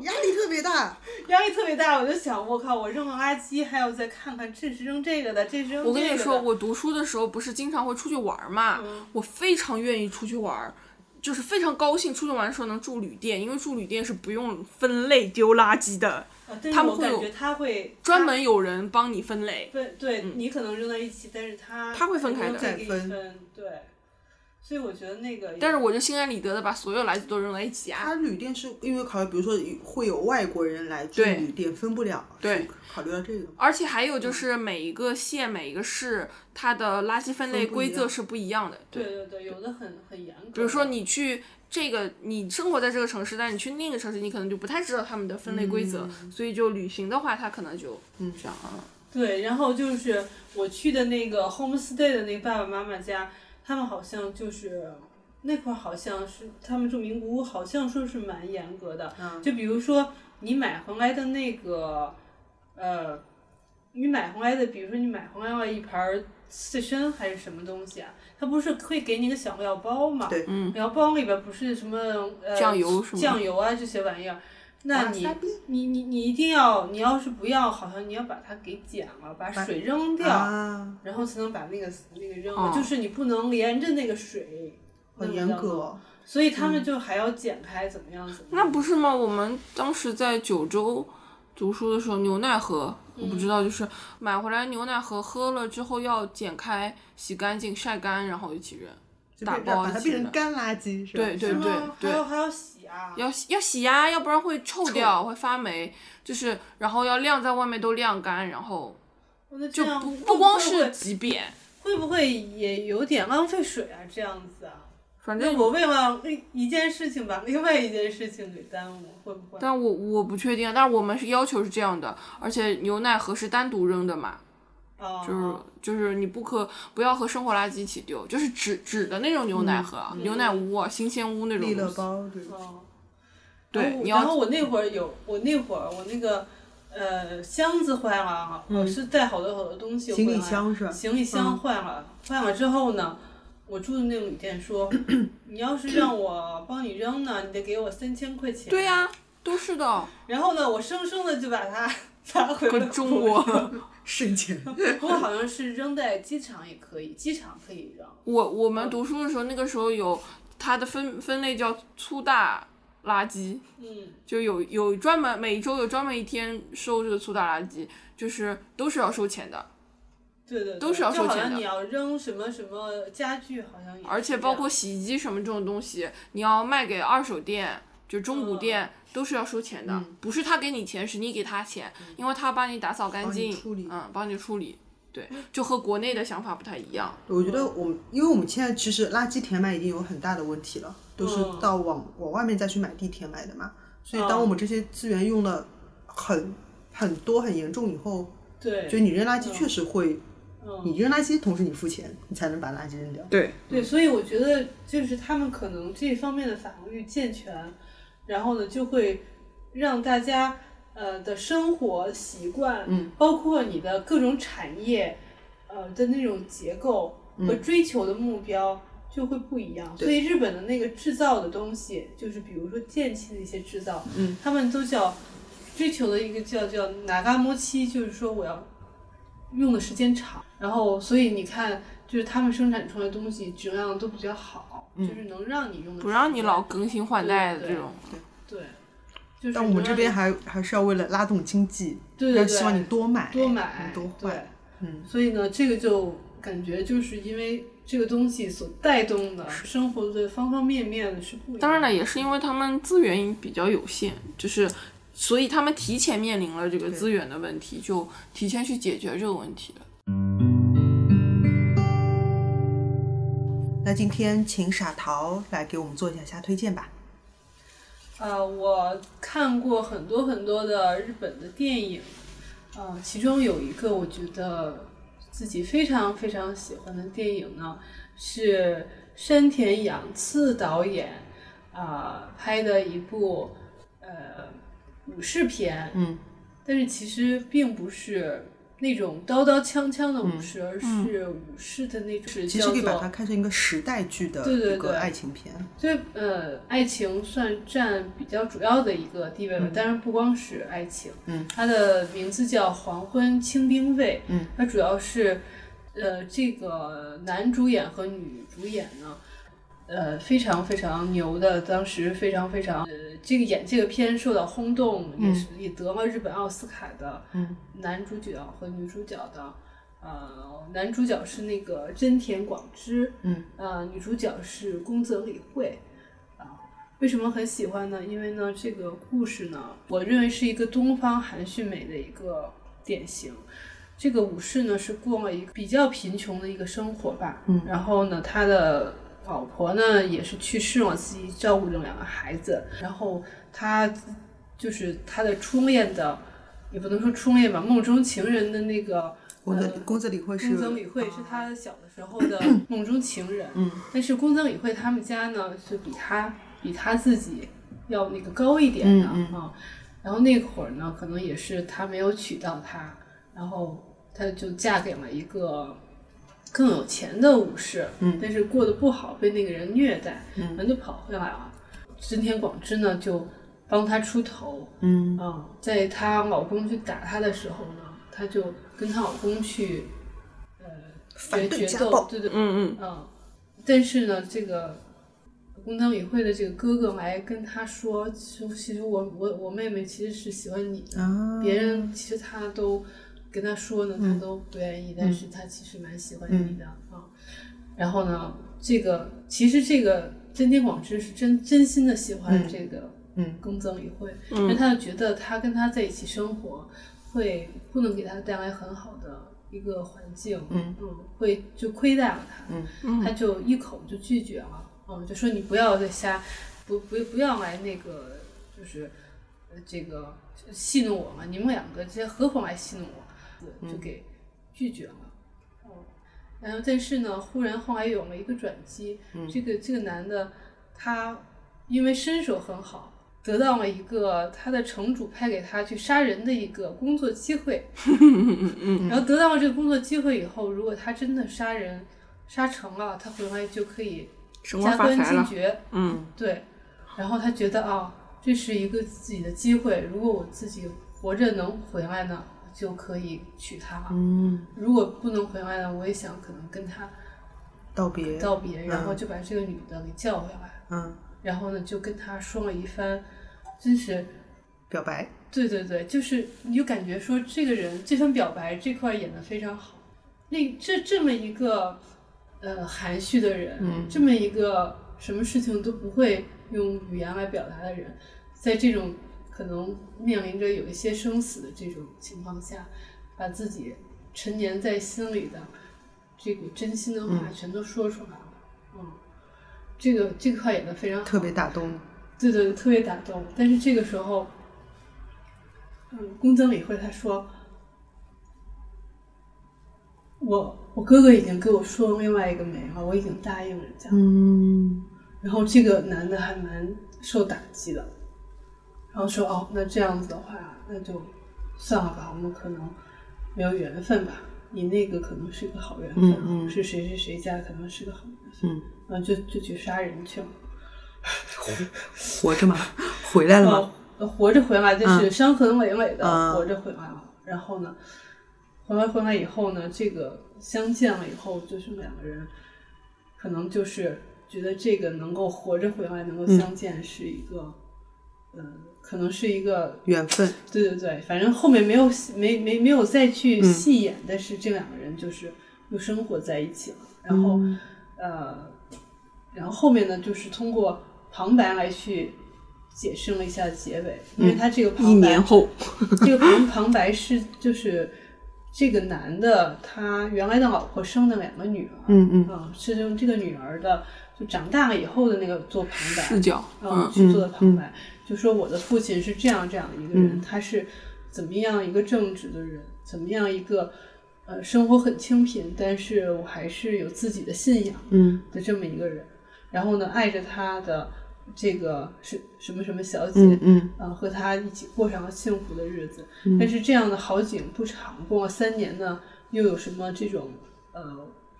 压力特别大，压力特别大。我就想，我靠，我扔个垃圾还要再看看，这是扔这个的，这是扔这个的。我跟你说，我读书的时候不是经常会出去玩儿嘛，嗯我非常愿意出去玩儿，就是非常高兴出去玩儿的时候能住旅店，因为住旅店是不用分类丢垃圾的，啊，但是他们我会感有觉它会专门有人帮你分类。对对，你可能扔在一起，但是它它会分开的它会给你再分分对。所以我觉得那个也，但是我就心安理得的把所有垃圾都扔在一起啊，他旅店是因为考虑，比如说会有外国人来住对旅店，分不了，对是考虑到这个。而且还有嗯就是每一个县、每一个市，它的垃圾分类分不一规样则是不一样的。对对对，有的很很严格。比如说你去这个，你生活在这个城市，但你去另一个城市，你可能就不太知道他们的分类规则，嗯所以就旅行的话，它可能就嗯这样啊。对，然后就是我去的那个 homestay 的那个爸爸妈妈家，他们好像就是那块儿好像是他们住名古屋，好像说是蛮严格的。就比如说你买回来的那个，呃，你买回来的，比如说你买回来了一盘儿刺身还是什么东西啊，它不是会给你个小料包嘛？对嗯料包里边不是什么呃酱油什么酱油啊这些玩意儿。那你哇塞你你你一定要，你要是不要，好像你要把它给剪了，把水扔掉，啊，然后才能把那个那个扔了。哦就是你不能连着那个水，很严格哦，所以他们就还要剪开，怎么样怎么样。那不是吗？我们当时在九州读书的时候，牛奶喝，我不知嗯道，就是买回来牛奶喝，喝了之后要剪开、洗干净、晒干，然后一起扔。就打变成包把它起变来成干垃圾，是吧？对对然对后还要还要洗啊，要洗要洗呀、要不然会臭掉，会发霉。就是，然后要晾在外面都晾干，然后那这就样不啊会不光会是几遍，会不会也有点浪费水啊？这样子啊，反那正我为了一一件事情把另外一件事情给耽误，会不会？但我我不确定，啊但是我们是要求是这样的，而且牛奶盒是单独扔的嘛，啊，就是就是你不可不要和生活垃圾一起丢，就是纸纸的那种牛奶盒啊，牛奶屋啊、新鲜屋那种利乐东西。包对，哦对然后你要哦然后我那会儿有，我那会儿我那个呃箱子坏了，啊嗯我是带好多好多东西回行来，李箱是吧？行李箱坏了，坏了之后呢，我住的那个旅 [CLEARS THROAT] 店说，你要是让我帮你扔呢，你得给我三千块钱。对、呀、啊都是的，然后呢，我生生的就把 [LAUGHS] 它拿回可了中国。国。瞬间，不过好像是扔在机场也可以，机场可以扔。我我们读书的时候，那个时候有它的分分类叫粗大垃圾，嗯，就有有专门每周有专门一天收这个粗大垃圾，就是都是要收钱的，对对对，都是要收就好钱像的你要扔什么什么家具，好像也是而且这包样括洗衣机什么这种东西，你要卖给二手店，就中古嗯店、都是要收钱的，不是他给你钱，是你给他钱，因为他帮你打扫干帮你净，处理嗯，帮你处理，对，就和国内的想法不太一样。我觉得我们，因为我们现在其实垃圾填埋已经有很大的问题了，都是嗯到往往外面再去买地填埋的嘛。所以嗯当我们这些资源用的很很多很严重以后，对，嗯嗯就你扔垃圾确实会你扔垃圾，同时你付钱，你才能把垃圾扔掉。对，对，所以我觉得就是他们可能这方面的法律健全，然后呢，就会让大家呃的生活习惯，嗯，包括你的各种产业，呃的那种结构和追求的目标就会不一样。嗯对所以日本的那个制造的东西，就是比如说电器的一些制造，嗯，他们都叫追求的一个叫叫哪嘎摩期，就是说我要用的时间长，然后所以你看，就是他们生产出来的东西质量都比较好，嗯就是能让你用的时间，不让你老更新换代的嗯对这种。对，就是但我们能这让边你还还是要为了拉动经济，对对要希望对你多买多买多对换，，嗯，所以呢，这个就感觉就是因为这个东西所带动的生活的方方面面是不一样的，当然了，也是因为他们资源比较有限，就是所以他们提前面临了这个资源的问题，就提前去解决这个问题了。那今天请傻桃来给我们做一下瞎推荐吧。呃，我看过很多很多的日本的电影，呃，其中有一个我觉得自己非常非常喜欢的电影呢，是山田洋次导演啊、呃拍的一部呃武士片，嗯，但是其实并不是那种刀刀枪枪的武士，而是武士的那种，是嗯其叫实可以把做它看成一个时代剧的对对一个对爱情片，所以呃，爱情算占比较主要的一个地位吧，当然不光是爱情，嗯，它的名字叫《黄昏清兵卫》，嗯，它主要是呃，这个男主演和女主演呢，呃，非常非常牛的，当时非常非常呃，这个演这个片受到轰动，也是也得了日本奥斯卡的，嗯，男主角和女主角的。呃，男主角是那个真田广之，嗯，呃，女主角是宫泽理惠，啊为什么很喜欢呢？因为呢，这个故事呢，我认为是一个东方含蓄美的一个典型。这个武士呢是过了一个比较贫穷的一个生活吧，嗯，然后呢，他的老婆呢也是去世了，自己照顾着两个孩子，然后他就是他的初恋的，也不能说初恋吧，梦中情人的那个宫泽宫泽理惠是啊宫泽理惠是他小的时 [CLEARS THROAT] 候的梦中情人，嗯，但是宫泽理惠他们家呢是比他比他自己要那个高一点的、嗯嗯啊，然后那会儿呢，可能也是他没有娶到她，然后她就嫁给了一个更有钱的武士，嗯但是过得不好，被那个人虐待，嗯然后就跑回来了。真田广之呢就帮她出头，嗯嗯，在她老公去打她的时候呢，她就跟她老公去，呃，反对决家决斗暴，对对，嗯嗯，嗯，但是呢，这个宫藤理惠的这个哥哥来跟她说，说其实我我我妹妹其实是喜欢你的，啊，别人其实他都跟她说呢，嗯她都不愿意，但是她其实蛮喜欢你的啊、然后呢，这个其实这个真田广之是真真心的喜欢这个嗯宫泽理惠，但他就觉得他跟他在一起生活会不能给他带来很好的一个环境，嗯会就亏待了他，嗯他就一口就拒绝了，嗯，就说你不要再瞎，不不不要来那个就是呃这个戏弄我嘛，你们两个直接合伙来戏弄我，嗯就给拒绝了。嗯然后，但是呢，忽然后来有了一个转机，嗯这个这个男的他因为身手很好，得到了一个他的城主派给他去杀人的一个工作 [LAUGHS] 机会。嗯然后得到了这个工作机会以后，如果他真的杀人杀成了，他回来就可以升官加发官财进了。爵。嗯，对。然后他觉得啊，这是一个自己的机会，如果我自己活着能回来呢，我就可以娶她了。嗯，如果不能回来呢，我也想可能跟他道别，道别，然后就把这个女的给叫回来。嗯，然后呢，就跟他说了一番，真是，表白，对对对，就是你就感觉说这个人这份表白这块演得非常好，那这这么一个呃含蓄的人，这么一个什么事情都不会用语言来表达的人，在这种可能面临着有一些生死的这种情况下，把自己陈年在心里的这个真心的话全都说出来了，嗯。这个这块演得非常好，特别打动，对对，对特别打动。但是这个时候，嗯，宫泽理惠她说：“我我哥哥已经给我说另外一个美哈，我已经答应人家了，嗯，然后这个男的还蛮受打击的，然后说哦，那这样子的话，那就算了吧，我们可能没有缘分吧。你那个可能是个好缘分，嗯嗯是谁谁谁家可能是个好缘分，嗯，然后就就去杀人去了。活着吗？回来了吗？呃，活着回来就是嗯伤痕累累的、嗯活着回来了。然后呢，回来回来以后呢，这个相见了以后，就是两个人可能就是觉得这个能够活着回来，嗯能够相见是一个，嗯、可能是一个，缘分，对对对，反正后面没有没没没有再嗯去细演，但是这两个人就是又生活在一起了。然后、嗯呃，然后后面呢，就是通过旁白来去解释了一下结尾，因为他这个嗯一旁白年，后，这个旁旁白是就是这个男的他原来的老婆生了两个女儿，嗯嗯啊是用这个女儿的就长大了以后的那个做旁白，视角，嗯，嗯，去做的旁白，就说我的父亲是这样这样一个人，他是怎么样一个正直的人，怎么样一个呃生活很清贫，但是我还是有自己的信仰嗯的这么一个人。然后呢，爱着他的这个是什么什么小姐，嗯嗯呃，和他一起过上了幸福的日子。但是这样的好景不长，过了三年呢，又有什么这种呃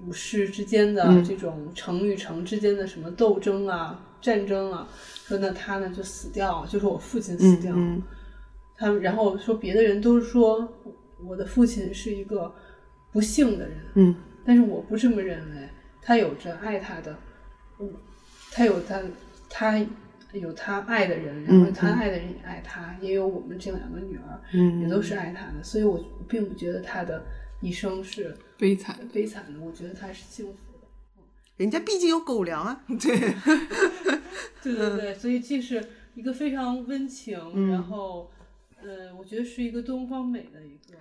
武士之间的、这种城与城之间的什么斗争啊、战争啊？说那他呢就死掉了，就是我父亲死嗯掉了。嗯他们然后说别的人都说我的父亲是一个不幸的人，嗯，但是我不这么认为，他有着爱他的，嗯，他有他他有他爱的人，然后他爱的人也爱他，也有我们这两个女儿，嗯也都是爱他的，所以我并不觉得他的一生是悲惨。悲惨的，我觉得他是幸福的。人家毕竟有狗粮 [LAUGHS] 啊，对，嗯对对对，所以这是一个非常温情，然后呃，我觉得是一个东方美的一个。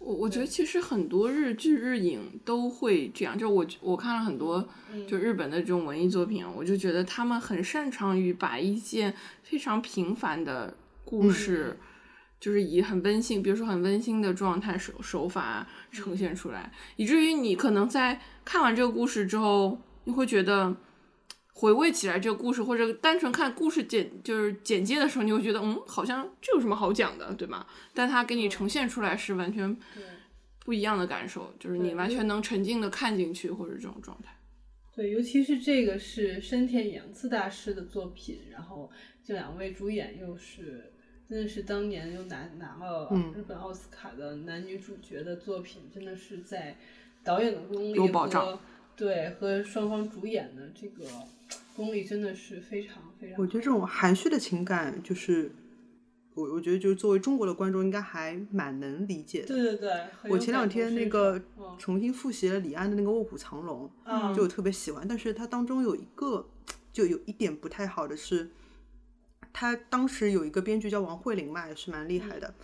我我觉得其实很多日剧、日影都会这样，就我我看了很多就日本的这种文艺作品，我就觉得他们很擅长于把一件非常平凡的故事，就是以很温馨，比如说很温馨的状态手手法呈现出来，以至于你可能在看完这个故事之后，你会觉得。回味起来这个故事，或者单纯看故事简就是简介的时候，你会觉得，嗯，好像这有什么好讲的，对吗？但它给你呈现出来是完全嗯对不一样的感受，就是你对完因为全能沉浸的看进去，或者这种状态。对，尤其是这个是深田洋次大师的作品，然后这两位主演又是真的是当年又拿拿了嗯日本奥斯卡的男女主角的作品，真的是在导演的功力有保障和对和双方主演的这个功力真的是非常非常好。我觉得这种含蓄的情感，就是我我觉得就是作为中国的观众，应该还蛮能理解的。对对对，我很有前感两同天那身个受嗯重新复习了李安的那个《卧虎藏龙》，嗯就我特别喜欢，但是它当中有一个就有一点不太好的是，他当时有一个编剧叫王慧玲嘛，也是蛮厉害嗯的。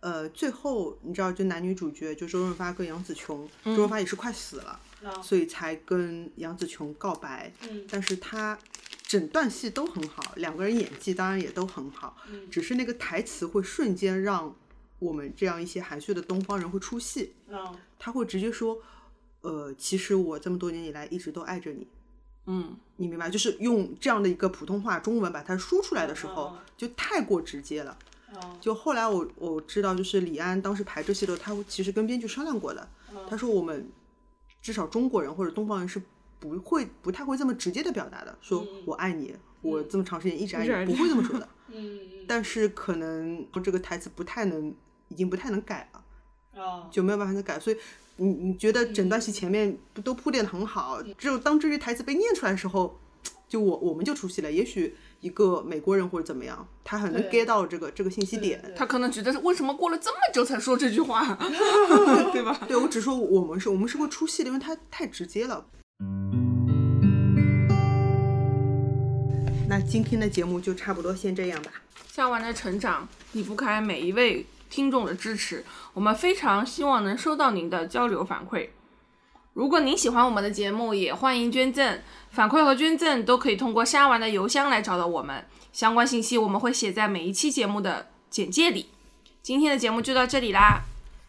呃，最后你知道，就男女主角就周润发跟杨紫琼，嗯周润发也是快死了，啊所以才跟杨紫琼告白。嗯但是他整段戏都很好，两个人演技当然也都很好，嗯只是那个台词会瞬间让我们这样一些含蓄的东方人会出戏。啊他会直接说，呃，其实我这么多年以来一直都爱着你，嗯，你明白？就是用这样的一个普通话中文把它说出来的时候嗯嗯，就太过直接了。啊就后来我我知道，就是李安当时排这戏的时候，他其实跟编剧商量过的，他说我们至少中国人或者东方人是不会不太会这么直接的表达的，说我爱你，我这么长时间一直爱一直爱你，你不会这么说的。 [LAUGHS] 嗯但是可能这个台词不太能，已经不太能改了。嗯啊就没有办法再改。所以你你觉得整段戏前面不都铺垫的很好，只有当这句台词被念出来的时候，就我我们就出戏了。也许一个美国人或者怎么样，他很能对 get 到这个这个信息对点。对他可能觉得为什么过了这么久才说这句 [LAUGHS] 话，对吧？对我只说我们是我们是会出戏的，因为他太直接了。那今天的节目就差不多先这样吧。向完的成长离不开每一位听众的支持，我们非常希望能收到您的交流反馈。如果您喜欢我们的节目，也欢迎捐赠，反馈和捐赠都可以通过虾丸的邮箱来找到我们。相关信息我们会写在每一期节目的简介里。今天的节目就到这里啦，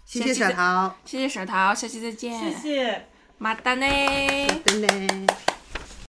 谢谢小桃，谢谢小桃，下期再见，谢谢。马达呢。真的。